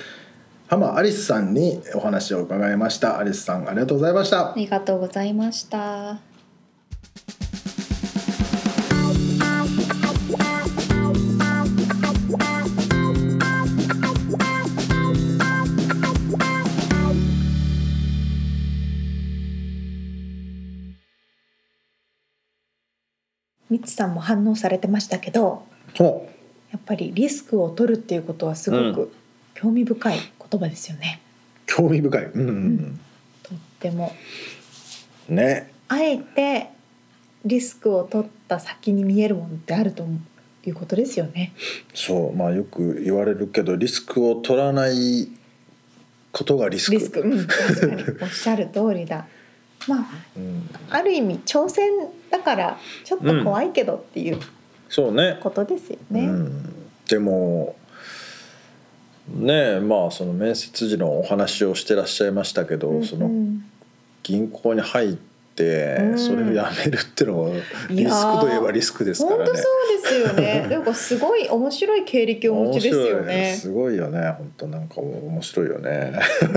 Speaker 2: 浜アリスさんにお話を伺いましたアリスさんありがとうございました
Speaker 3: ありがとうございました。
Speaker 1: みつさんも反応されてましたけど
Speaker 2: お
Speaker 1: やっぱりリスクを取るっていうことはすごく興味深い言葉ですよね、
Speaker 2: 興味深い、うんうん
Speaker 1: とっても
Speaker 2: うん、ね
Speaker 1: あえてリスクを取った先に見えるものってあるということですよね
Speaker 2: そうまあよく言われるけどリスクを取らないことがリスク
Speaker 1: リスク、うん、確かにおっしゃる通りだまあ
Speaker 2: うん、
Speaker 1: ある意味挑戦だからちょっと怖いけどっていう
Speaker 2: そうね
Speaker 1: ことですよね、
Speaker 2: うん、でもねえまあその面接時のお話をしてらっしゃいましたけど、
Speaker 1: うん
Speaker 2: そうの
Speaker 1: ん
Speaker 2: 銀行に入って、
Speaker 1: うん
Speaker 2: それをやめるっていうのは
Speaker 1: ー
Speaker 2: リスクといえばリスクですか
Speaker 1: 本
Speaker 2: ら
Speaker 1: 当
Speaker 2: ね。
Speaker 1: そうですよ ね。なんかすごい面白い経歴をお持ちですよ
Speaker 2: 面白い
Speaker 1: ね。
Speaker 2: すごいよね本当なんかもう面白い よね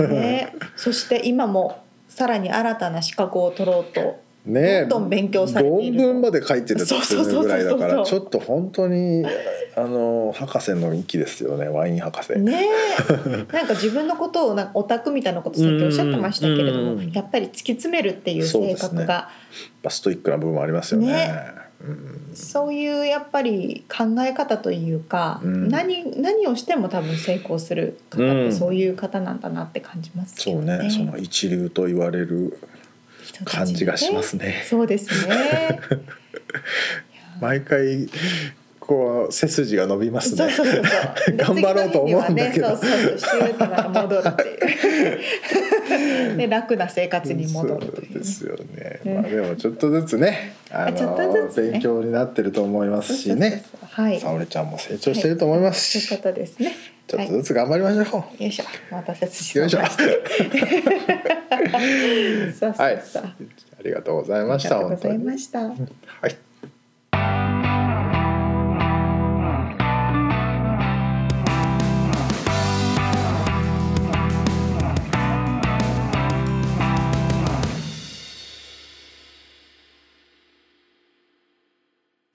Speaker 1: ね、そして今もさらに新たな資格を取ろうと。
Speaker 2: ねえ
Speaker 1: どんどん勉強されていると
Speaker 2: 論文まで書いてるっていうぐらいだか
Speaker 1: そ
Speaker 2: ら
Speaker 1: うそうそうそう
Speaker 2: ちょっと本当にあの博士の域です よねワイン博士、
Speaker 1: ねえ、なんか自分のことをなんかオタクみたいなことさっきおっしゃってましたけれど
Speaker 2: うんうんう
Speaker 1: も、
Speaker 2: ん
Speaker 1: やっぱり突き詰めるっていう性格が
Speaker 2: バストイックな部分もありますよね
Speaker 1: ね
Speaker 2: うん、
Speaker 1: そういうやっぱり考え方というか、
Speaker 2: うん
Speaker 1: 何何をしても多分成功する方っ
Speaker 2: う
Speaker 1: て
Speaker 2: ん
Speaker 1: そういう方なんだなって感じます
Speaker 2: そ
Speaker 1: よ
Speaker 2: う
Speaker 1: ね。
Speaker 2: ねその一流と言われる
Speaker 1: 人たちね
Speaker 2: 感じがしま。すね。
Speaker 1: そうですね。
Speaker 2: 毎回こう背筋が伸びます
Speaker 1: そう
Speaker 2: ね。
Speaker 1: そうそうそう。
Speaker 2: 頑張ろうと思うんだけど
Speaker 1: で次の日にはね、そうそうそう。シューッとなんか戻るって いう。で楽な生活に戻ると
Speaker 2: そう
Speaker 1: いう
Speaker 2: で
Speaker 1: ね。
Speaker 2: すよね。
Speaker 1: ね
Speaker 2: まあでもちょっとずつね、あ
Speaker 1: ちょっとず
Speaker 2: の
Speaker 1: つね
Speaker 2: 勉強になってると思いますしね。
Speaker 1: そうそうそう。はい。
Speaker 2: 沙
Speaker 1: と
Speaker 2: 織ちゃんも成長してると思います
Speaker 1: いう
Speaker 2: し
Speaker 1: こ、とですね。
Speaker 2: ちょっと
Speaker 1: は
Speaker 2: ずつ頑張りましょう。
Speaker 1: い、よいしょ。また切
Speaker 2: よいしょ。
Speaker 1: ま
Speaker 2: は
Speaker 1: した。そうそう
Speaker 2: い
Speaker 1: そう。。
Speaker 2: ありがとうござい
Speaker 1: あ
Speaker 2: ま
Speaker 1: り
Speaker 2: し
Speaker 1: が
Speaker 2: た。
Speaker 1: とうござい
Speaker 2: 本当に
Speaker 1: ました。
Speaker 2: はい。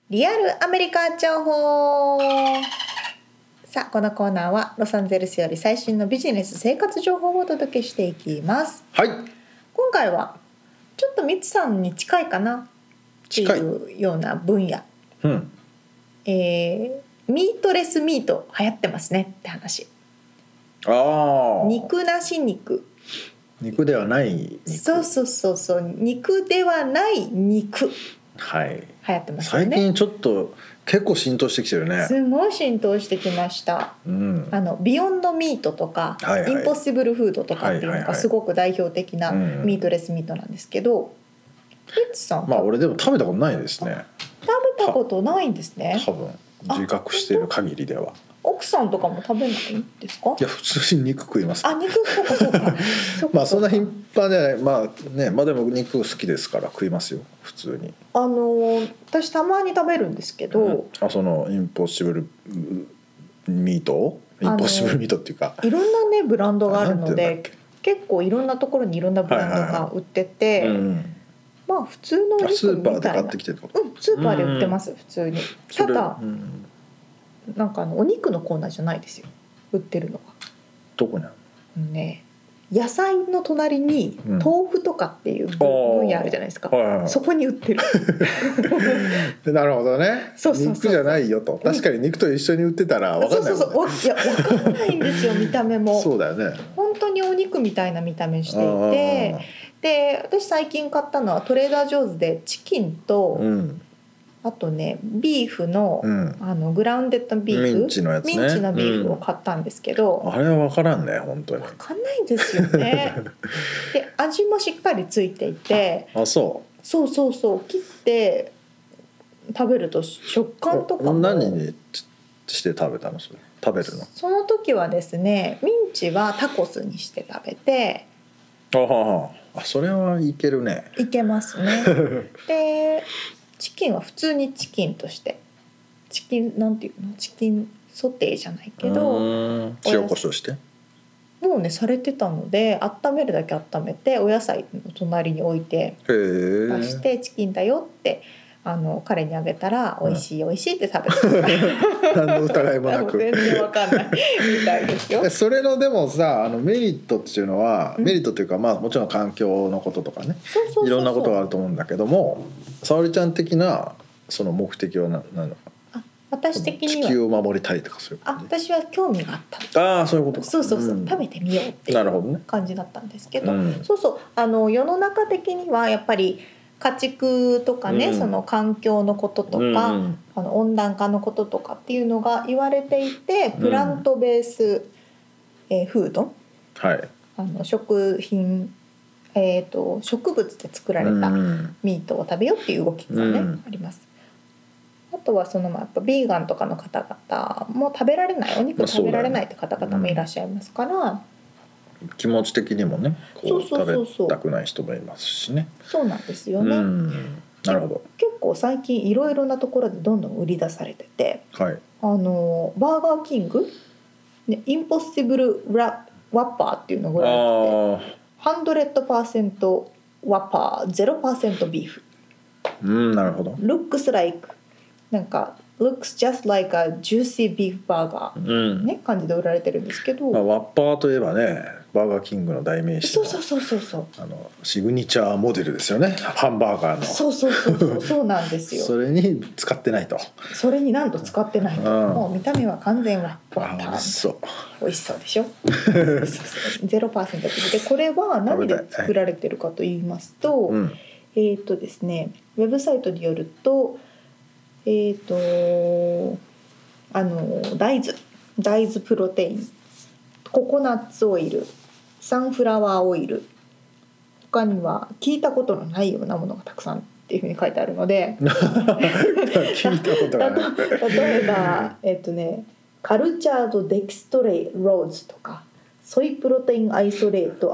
Speaker 1: リアルアメリカ情報さあこのコーナーはロサンゼルスより最新のビジネス生活情報をお届けしていきます
Speaker 2: はい。
Speaker 1: 今回はちょっとミツさんに近いかなって
Speaker 2: 近い。
Speaker 1: いうような分野、
Speaker 2: うん。
Speaker 1: えーミートレスミート流行ってますねって話
Speaker 2: ああ。。
Speaker 1: 肉なし肉
Speaker 2: 肉ではない肉。
Speaker 1: そうそうそうそう肉ではない肉流
Speaker 2: はい。
Speaker 1: 行ってますよ
Speaker 2: 最
Speaker 1: ね
Speaker 2: 近ちょっと結構浸透してきてるね。
Speaker 1: すごい浸透してきました
Speaker 2: うん。
Speaker 1: あのビヨンドミートとか、
Speaker 2: はいはい
Speaker 1: インポッシブルフードとかっていう
Speaker 2: はい
Speaker 1: の
Speaker 2: はいは
Speaker 1: が
Speaker 2: い
Speaker 1: すごく代表的な
Speaker 2: うん
Speaker 1: ミートレスミートなんですけど、リッツさん、
Speaker 2: まあ俺でも食べたことないですね。
Speaker 1: 食べたことないんですね
Speaker 2: 多分自覚している限りでは。
Speaker 1: 奥さんとかも食べないんですか
Speaker 2: いや普通に肉食います。
Speaker 1: あ肉そうか そうかそうか
Speaker 2: まあそんな
Speaker 1: そう
Speaker 2: 頻
Speaker 1: か
Speaker 2: 繁じゃない。まあね、まあでも肉好きですから食いますよ。普通に。
Speaker 1: あのー私たまに食べるんですけど、
Speaker 2: あそのインポッシブルミート？
Speaker 1: あ
Speaker 2: イ
Speaker 1: の
Speaker 2: ンポッシブルミートっていうか。
Speaker 1: いろんなねブランドがある
Speaker 2: なん
Speaker 1: の
Speaker 2: て言う
Speaker 1: で
Speaker 2: んだっ
Speaker 1: 結構いろんなところにいろんなブランドが売ってて、
Speaker 2: けうん。
Speaker 1: まあ普通のお
Speaker 2: あス
Speaker 1: 肉み
Speaker 2: ーパ
Speaker 1: たい
Speaker 2: ー
Speaker 1: な
Speaker 2: で買ってきてるってこと。
Speaker 1: うんスーパーで売ってます、普通にた
Speaker 2: それ
Speaker 1: だ
Speaker 2: うん
Speaker 1: なんかあのお肉のコーナーじゃないですよ売ってるのは
Speaker 2: どこにある
Speaker 1: ね野菜の隣に
Speaker 2: うん
Speaker 1: 豆腐とかっていう分
Speaker 2: おー
Speaker 1: 分野あるじゃないですか、
Speaker 2: の？はいはいはい
Speaker 1: そこに売ってる
Speaker 2: なるほどね
Speaker 1: そうそうそう
Speaker 2: 肉じゃないよと確かに肉と一緒に売ってたら分か
Speaker 1: そうん
Speaker 2: ない
Speaker 1: そ
Speaker 2: も、
Speaker 1: うん
Speaker 2: ね、
Speaker 1: そうおいや分かんないんですよ見た目も
Speaker 2: そうだよね
Speaker 1: 本当にお肉みたいな見た目していて
Speaker 2: あ
Speaker 1: で私最近買ったのはトレーダー・ジョーズでチキンと、
Speaker 2: ーうん
Speaker 1: あとねビーフの,、
Speaker 2: うん
Speaker 1: あのグラウンデッドビーフ
Speaker 2: ミンチのやつね
Speaker 1: ミンチのビーフを買ったんですけど、
Speaker 2: あれは分からんね本当に
Speaker 1: わかんないんですよ ね。で味もしっかりついていて
Speaker 2: あそ
Speaker 1: そうそうそう切って食べると食感とか
Speaker 2: う
Speaker 1: も
Speaker 2: 何にして食べたのそれ食べるの
Speaker 1: その時はですねミンチはタコスにして食べて
Speaker 2: あははあそれはいけ るね
Speaker 1: いけますね。 でチキンは普通にチキンとしてチキンなんていうのチキンソテーじゃないけど
Speaker 2: うーん塩コショウして
Speaker 1: もうねされてたので温めるだけ温めてお野菜の隣に置いて
Speaker 2: へ
Speaker 1: 出し
Speaker 2: え
Speaker 1: てチキンだよってあの彼にあげたら美味しい美味しいって食 べて
Speaker 2: 何の疑いも
Speaker 1: た
Speaker 2: な
Speaker 1: もう
Speaker 2: く
Speaker 1: 全然わかんないみたいですよ
Speaker 2: え。それのでもさあのメリットっていうのは、
Speaker 1: うん
Speaker 2: メリットっていうかまあもちろん環境のこととかね
Speaker 1: そうそうそうそう
Speaker 2: いろんなことがあると思うんだけども沙織ちゃん的なその目的はな何なの
Speaker 1: 私的に
Speaker 2: 地球
Speaker 1: は
Speaker 2: を守りたいとかそういう
Speaker 1: あ
Speaker 2: 感じ
Speaker 1: 私は興味があった
Speaker 2: ああそういうことか
Speaker 1: そうそうそう、
Speaker 2: ん
Speaker 1: 食べてみようってい
Speaker 2: なるほ
Speaker 1: う
Speaker 2: どね
Speaker 1: 感じだったんですけ
Speaker 2: う
Speaker 1: ど、
Speaker 2: ん
Speaker 1: そうそうあの世の中的にはやっぱり家畜とかね、
Speaker 2: うん
Speaker 1: その環境のこととか、
Speaker 2: うん
Speaker 1: あの温暖化のこととかっていうのが言われていてプラントベース、えーフード
Speaker 2: はい
Speaker 1: あの食品、えー、と植物で作られた
Speaker 2: うん
Speaker 1: ミートを食べようっていう動きがね、
Speaker 2: うん
Speaker 1: あります。あとはそのまあやっぱビーガンとかの方々も食べられないお
Speaker 2: ま
Speaker 1: 肉
Speaker 2: あそう
Speaker 1: 食べ
Speaker 2: だよね
Speaker 1: られないって方々もいらっしゃいますから、
Speaker 2: 気持ち的にもねこう
Speaker 1: そうそうそうそう
Speaker 2: 食べたくない人もいますしね
Speaker 1: そうなんですよね、
Speaker 2: うんなるほ
Speaker 1: 結構最近いろいろなところでどんどん売り出されてて
Speaker 2: どはい
Speaker 1: あのバーガーキング、ね、インポッシブルラワッパーっていうの
Speaker 2: あ
Speaker 1: ぐらいあって
Speaker 2: あ
Speaker 1: ハンドレッドパーセントワッパーゼロパーセントビーフ
Speaker 2: うんなるほど
Speaker 1: looks like なんか looks just like a juicy beef burger
Speaker 2: うん、
Speaker 1: ね感じで売られてるんですけど、
Speaker 2: まあ、ワッパーといえばねバーガーキングの代名詞
Speaker 1: そ
Speaker 2: の
Speaker 1: うそうそうそうそう
Speaker 2: あのシグニチャーモデルですよねハンバーガーの
Speaker 1: そうそうそう そうそうなんですよ
Speaker 2: それに使ってないと
Speaker 1: それになんと使ってないと
Speaker 2: うん
Speaker 1: もう見た目は完全ワッパ
Speaker 2: あ
Speaker 1: ー
Speaker 2: 美味しそう
Speaker 1: 美味しそうで しょそうそうゼロパーセントでこれは何で作られてるかと言いますと、
Speaker 2: うん
Speaker 1: えっ、とですねウェブサイトによるとえっ、とあの大豆大豆プロテインココナッツオイルサンフラワーオイル他には聞いたことのないようなものがたくさんっていうふうに書いてあるので
Speaker 2: 聞いたこと
Speaker 1: た
Speaker 2: が
Speaker 1: と
Speaker 2: ない
Speaker 1: 例えばえっ、とねカルチャードデキストレイローズとかソイプロテインアイソレート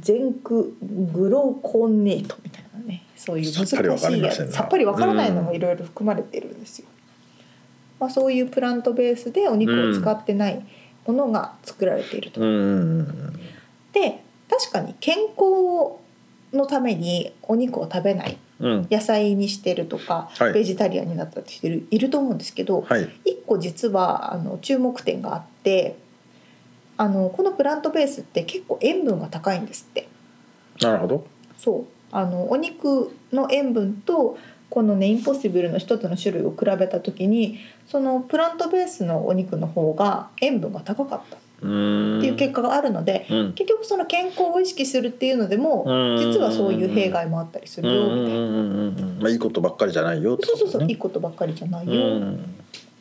Speaker 1: 全クグロコンネートみたいなねそういう難し
Speaker 2: さっぱりわかり
Speaker 1: い
Speaker 2: ま
Speaker 1: や
Speaker 2: せん
Speaker 1: つ
Speaker 2: な
Speaker 1: さっぱりわからないのもいろいろ含まれてるんですよ。まあ、そういうプラントベースでお肉を使ってないものが作られていると。
Speaker 2: うんうんうん
Speaker 1: で確かに健康のためにお肉を食べない
Speaker 2: うん
Speaker 1: 野菜にしてるとか、
Speaker 2: はい
Speaker 1: ベジタリアンになったって人いるいると思うんですけど、
Speaker 2: はい
Speaker 1: 一個実はあの注目点があってあのこのプラントベースって結構塩分が高いんですって
Speaker 2: なるほど
Speaker 1: そうあのお肉の塩分とこのねインポッシブルの一つの種類を比べた時にそのプラントベースのお肉の方が塩分が高かったっ
Speaker 2: うん
Speaker 1: ていう結果があるので、
Speaker 2: うん
Speaker 1: 結局その健康を意識するっていうのでも、
Speaker 2: うん
Speaker 1: 実はそういう弊害もあったりす
Speaker 2: う
Speaker 1: る
Speaker 2: ん
Speaker 1: よみ
Speaker 2: う
Speaker 1: たい
Speaker 2: ん
Speaker 1: な、
Speaker 2: うんうんうんまあいいことばっかりじゃないよって
Speaker 1: そ
Speaker 2: こ
Speaker 1: うそうそ
Speaker 2: と
Speaker 1: ういい
Speaker 2: ね
Speaker 1: ことばっかりじゃないよ、
Speaker 2: うん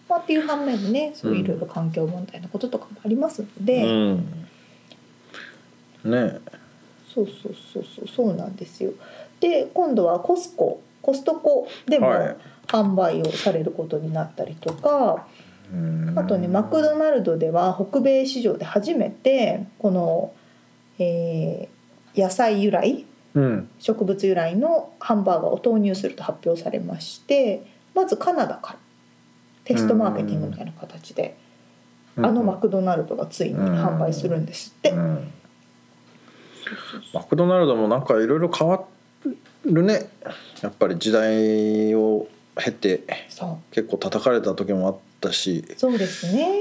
Speaker 1: まあ、っていう反面でねそう
Speaker 2: うん
Speaker 1: いろいろ環境問題のこととかもありますの
Speaker 2: う
Speaker 1: で、
Speaker 2: んね
Speaker 1: そうそうそうそうそうなんですよ。で今度はコスココストコでも
Speaker 2: はい
Speaker 1: 販売をされることになったりとか、
Speaker 2: うん
Speaker 1: あとねマクドナルドでは北米市場で初めてこの、えー野菜由来
Speaker 2: うん
Speaker 1: 植物由来のハンバーガーを投入すると発表されましてまずカナダからテストマーケティングみたいな形で、あのマクドナルドがついに販売するんですって。
Speaker 2: うんマクドナルドもなんかいろいろ変わるねやっぱり時代を経て
Speaker 1: そう
Speaker 2: 結構叩かれた時もあったし
Speaker 1: そうですね。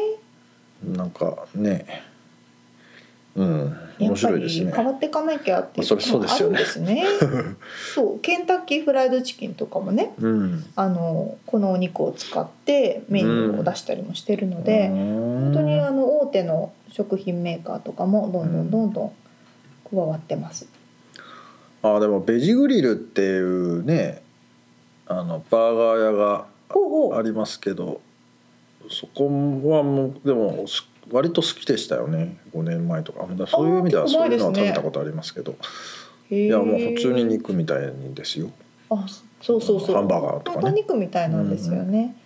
Speaker 2: なんかねうん
Speaker 1: や
Speaker 2: 面
Speaker 1: っぱ
Speaker 2: 白いです
Speaker 1: り
Speaker 2: ね
Speaker 1: 変わっていかなきゃっていう
Speaker 2: そ
Speaker 1: こ
Speaker 2: りゃそ
Speaker 1: と
Speaker 2: う
Speaker 1: も
Speaker 2: で
Speaker 1: あ
Speaker 2: す
Speaker 1: る
Speaker 2: よ
Speaker 1: ん
Speaker 2: ね
Speaker 1: ですね。 そうケンタッキーフライドチキンとかもね
Speaker 2: うん
Speaker 1: あのこのお肉を使ってメニューを出したりもしてるので、
Speaker 2: 本
Speaker 1: 本当にあの大手の食品メーカーとかもどんどんどんどん加わってます。
Speaker 2: あでもベジグリルっていうねあのバーガー屋が
Speaker 1: ほうほ
Speaker 2: あ
Speaker 1: う
Speaker 2: りますけどそこはもうでもす割と好きでしたよね5年前とかあそういう意味では
Speaker 1: 結構
Speaker 2: そ
Speaker 1: 前
Speaker 2: うい
Speaker 1: で
Speaker 2: う
Speaker 1: す
Speaker 2: の
Speaker 1: ね
Speaker 2: は食べたことありますけど
Speaker 1: い
Speaker 2: いやもう普通に肉みたいにですよ
Speaker 1: あそうそうそう
Speaker 2: ハンバーガーとかね
Speaker 1: 本当肉みたいなんですよね。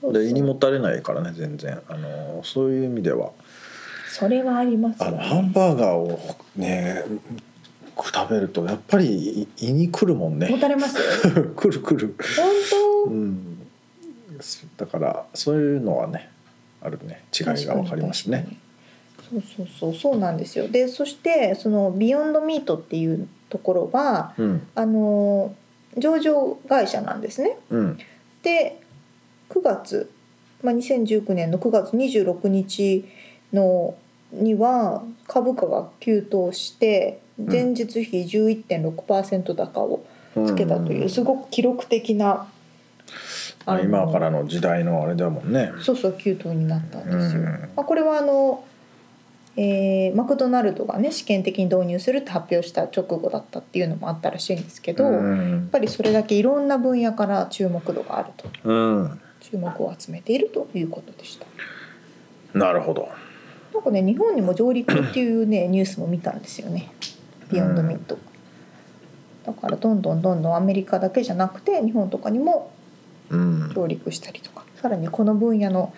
Speaker 1: そうそう
Speaker 2: で胃にもたれないからね全然あのそういう意味では
Speaker 1: それはあります
Speaker 2: あ
Speaker 1: よ
Speaker 2: の
Speaker 1: ね。
Speaker 2: ハンバーガーをね食べるとやっぱり胃にくるもん
Speaker 1: 持
Speaker 2: ね
Speaker 1: たれますよ。
Speaker 2: くるくる
Speaker 1: 本当
Speaker 2: う。んだからそういうのはねあるね違いが分かりますね
Speaker 1: 確かに。そうそうそうそうなんですよ。でそしてそのビヨンドミートっていうところは
Speaker 2: うん
Speaker 1: あの上場会社なんですね。
Speaker 2: うん
Speaker 1: で9月、まあ、2019年の9月26日のには株価が急騰して前日比11.6%高をつけたというすごく記録的な、
Speaker 2: まあ
Speaker 1: あの
Speaker 2: 今からの時代のあれだもんね
Speaker 1: そうそう急騰になったんですよ。
Speaker 2: うん
Speaker 1: まあ、これはあの、えーマクドナルドがね試験的に導入するって発表した直後だったっていうのもあったらしいんですけど、
Speaker 2: う
Speaker 1: やっ
Speaker 2: ん
Speaker 1: ぱりそれだけいろんな分野から注目度があると
Speaker 2: うん
Speaker 1: 注目を集めているということでした。
Speaker 2: なるほど
Speaker 1: なんかね日本にも上陸っていう ねニュースも見たんですよね「ビヨンドミット」だからどんどんどんどんアメリカだけじゃなくて日本とかにも
Speaker 2: うん
Speaker 1: 上陸したりとかさらにこの分野の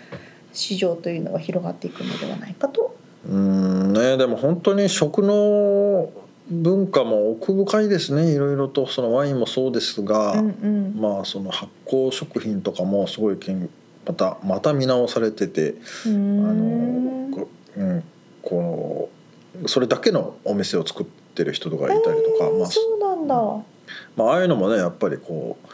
Speaker 1: 市場というのが広がっていくのではないかと
Speaker 2: うんねでも本当に食の文化も奥深いですねいろいろとそのワインもそうですが、
Speaker 1: うんうん
Speaker 2: まあその発酵食品とかもすごいけんまたまた見直されてて
Speaker 1: うー
Speaker 2: あ
Speaker 1: ん
Speaker 2: のこ,、うん、このそれだけのお店を作ってる人とかいたりとか、
Speaker 1: えー
Speaker 2: まあ
Speaker 1: そうなんだ、
Speaker 2: まあああいうのもねやっぱりこう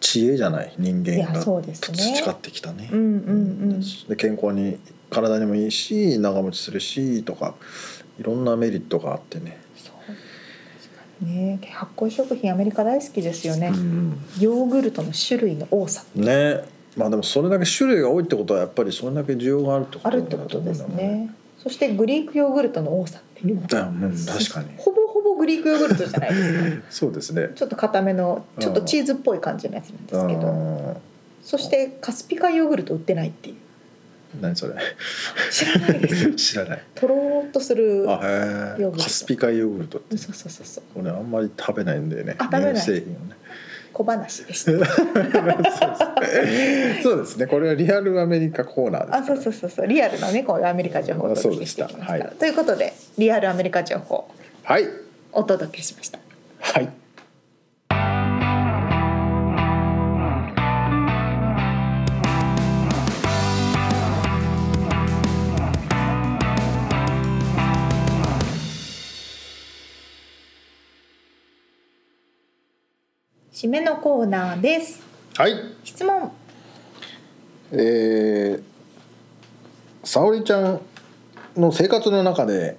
Speaker 2: 知恵じゃない人
Speaker 1: い
Speaker 2: 間
Speaker 1: や
Speaker 2: が
Speaker 1: そうですね
Speaker 2: 培ってきたね。
Speaker 1: うんうんうん
Speaker 2: で健康に体にもいいし長持ちするしとかいろんなメリットがあってね。
Speaker 1: そうね発酵食品アメリカ大好きですよね、
Speaker 2: うん
Speaker 1: ヨーグルトの種類の多さ
Speaker 2: ねまあでもそれだけ種類が多いってことはやっぱりそれだけ需要があるってこと
Speaker 1: あ
Speaker 2: だ
Speaker 1: るってことです
Speaker 2: と思うんだもんね。
Speaker 1: ねそしてグリークヨーグルトの多さっていう
Speaker 2: だようん確かに
Speaker 1: ほぼほぼグリークヨーグルトじゃないですか
Speaker 2: そうですね。
Speaker 1: ちょっと固めのちょっとチーズっぽい感じのやつなんですけど
Speaker 2: うん
Speaker 1: そしてカスピカヨーグルト売ってないっていう
Speaker 2: 何それ
Speaker 1: 知らない ですよ
Speaker 2: 知らない。
Speaker 1: とろーっとする
Speaker 2: あへ
Speaker 1: ヨーグル。
Speaker 2: え
Speaker 1: ト
Speaker 2: カスピ海ヨーグルトって
Speaker 1: そうそうそうそう
Speaker 2: 俺あんまり食べないんだよね。
Speaker 1: あ食べない
Speaker 2: 乳製品をね。
Speaker 1: 小話でした
Speaker 2: そうですね。これはリアルアメリカコーナーです、
Speaker 1: あそうそうそうそうリアルなねこういうアメリカ情報をお届けしていきますから、
Speaker 2: そうでしたはい
Speaker 1: ということでリアルアメリカ情報
Speaker 2: はい。
Speaker 1: お届けしました
Speaker 2: はい。
Speaker 1: 締めのコーナーです
Speaker 2: はい。
Speaker 1: 質問
Speaker 2: えー、沙織ちゃんの生活の中で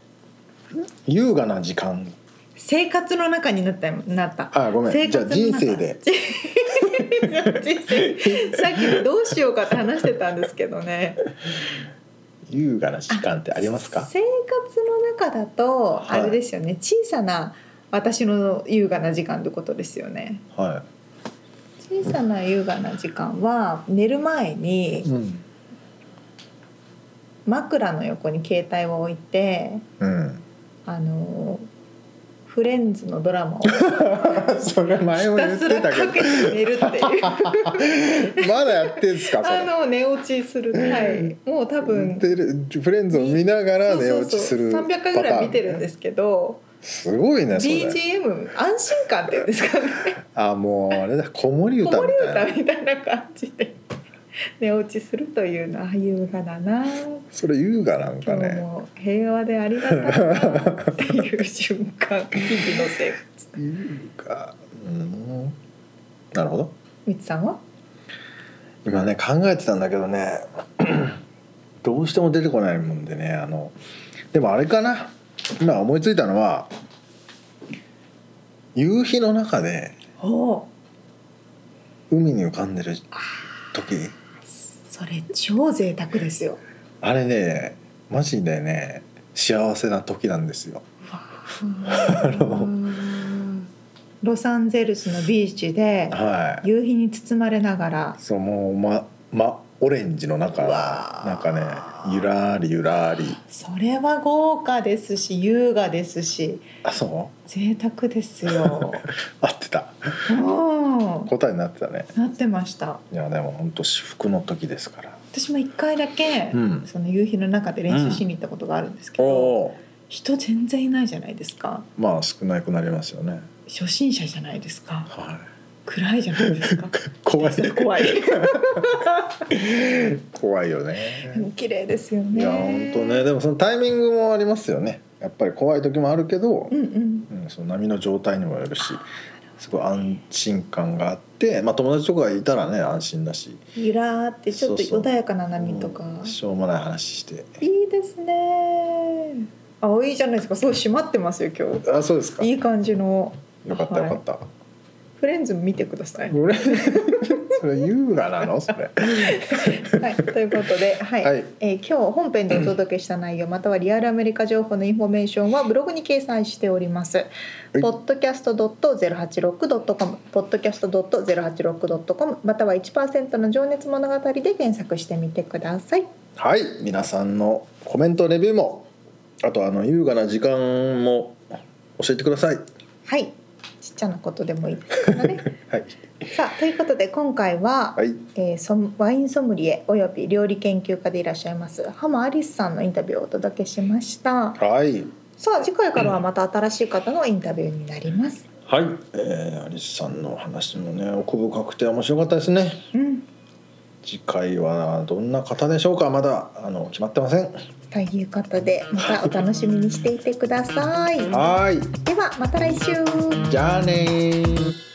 Speaker 2: 優雅な時間。
Speaker 1: 生活の中になったなった
Speaker 2: あ、ごめ
Speaker 1: 生
Speaker 2: ん。じゃ
Speaker 1: 活
Speaker 2: あ
Speaker 1: の中
Speaker 2: 人 生で。
Speaker 1: 人生さっきどうしようかって話してたんですけどね
Speaker 2: 優雅な時間ってありますか？
Speaker 1: 生活の中だとあ
Speaker 2: はい
Speaker 1: れですよね、小さな私の優雅な時間ってことですよね
Speaker 2: は
Speaker 1: 小さな優雅な時間は寝る前
Speaker 2: い。
Speaker 1: に
Speaker 2: うん。
Speaker 1: 枕の横に携帯を置いて
Speaker 2: うん。
Speaker 1: あのフレンズのドラマをひ
Speaker 2: それ前も言
Speaker 1: た
Speaker 2: っ
Speaker 1: す
Speaker 2: て
Speaker 1: ら
Speaker 2: た
Speaker 1: かけ
Speaker 2: け
Speaker 1: て寝るって いう
Speaker 2: ど、まだやってんすかそ
Speaker 1: あ
Speaker 2: れ？
Speaker 1: の寝落ちするはいもう多分
Speaker 2: でフレンズを見ながら寝落ちする
Speaker 1: そうそうそう300回ぐらい見てるんですすけど
Speaker 2: すごいねそれ
Speaker 1: BGM 安心感っていうんです かね
Speaker 2: あもうあれだ子守
Speaker 1: 子
Speaker 2: 歌
Speaker 1: 守
Speaker 2: みた
Speaker 1: 歌
Speaker 2: いな
Speaker 1: みたいな感じで寝落ちするというのは優雅だな
Speaker 2: それ優雅なんか
Speaker 1: 今日
Speaker 2: ね
Speaker 1: も平和でありがたいなっていう瞬間日々の生活
Speaker 2: 優雅うんなるほど
Speaker 1: みつさんは
Speaker 2: 今ね考えてたんだけどね どうしても出てこないもんでねあのでもあれかな今思いついたのは夕日の中で
Speaker 1: お
Speaker 2: 海に浮かんでる時
Speaker 1: それ超贅沢ですよ
Speaker 2: あれねマジでね幸せな時なんですよ
Speaker 1: ロサンゼルスのビーチで
Speaker 2: はい
Speaker 1: 夕日に包まれながら
Speaker 2: そうもうままオレンジの中
Speaker 1: うわー
Speaker 2: なんかねゆらりゆらり
Speaker 1: それは豪華ですし優雅ですし
Speaker 2: あそう
Speaker 1: 贅沢ですよ
Speaker 2: 合ってた
Speaker 1: うん
Speaker 2: 答えになってたね
Speaker 1: なってました
Speaker 2: いやでも本当至福の時ですから
Speaker 1: 私も一回だけ、
Speaker 2: うん
Speaker 1: その夕日の中で練習しに行ったことがあるんですけ
Speaker 2: お
Speaker 1: ど、
Speaker 2: お
Speaker 1: 人全然いないじゃないですか
Speaker 2: まあ少なくなりますよね
Speaker 1: 初心者じゃないですか
Speaker 2: は
Speaker 1: 暗いじゃないですか
Speaker 2: い 怖い
Speaker 1: それ 怖い
Speaker 2: 怖いよ
Speaker 1: でも
Speaker 2: ね
Speaker 1: 綺麗ですよ
Speaker 2: い
Speaker 1: ね
Speaker 2: や本当ねでもそのタイミングもありますよねやっぱり怖い時もあるけど
Speaker 1: う、んうん
Speaker 2: うん、その波の状態にもよるしすごい安心感があってまあ友達とかがいたらね安心だし
Speaker 1: ゆらーってちょっと
Speaker 2: そうそう
Speaker 1: 穏やかな波とか
Speaker 2: うんしょうもない話して
Speaker 1: いいですねあいいじゃないですかそう閉まってますよ今
Speaker 2: あそうですか
Speaker 1: 日いい感じの
Speaker 2: よかったよかった、
Speaker 1: フレンズ見てください。
Speaker 2: 俺 それ優雅なのそれ
Speaker 1: はい、ということで、はい
Speaker 2: はい
Speaker 1: えー今日本編でお届けした内容またはリアルアメリカ情報のインフォメーションはブログに掲載しております。podcast.086.com podcast.086.com または1%の情熱物語で検索してみてください。
Speaker 2: はい皆さんのコメントレビューもあとあの優雅な時間も教えてください
Speaker 1: はいちっちゃなことでもいいですけどね
Speaker 2: はい
Speaker 1: さあということで今回は、
Speaker 2: はい
Speaker 1: えーソムワインソムリエおよび料理研究家でいらっしゃいます浜アリスさんのインタビューをお届けしました
Speaker 2: はい
Speaker 1: さあ次回からはまた新しい方のインタビューになります
Speaker 2: はい、えー、アリスさんの話もね奥深くて面白かったですね
Speaker 1: うん
Speaker 2: 次回はどんな方でしょうかまだあの決まってません
Speaker 1: ということでまたお楽しみにしていてください
Speaker 2: はい
Speaker 1: ではまた来週
Speaker 2: じゃあねー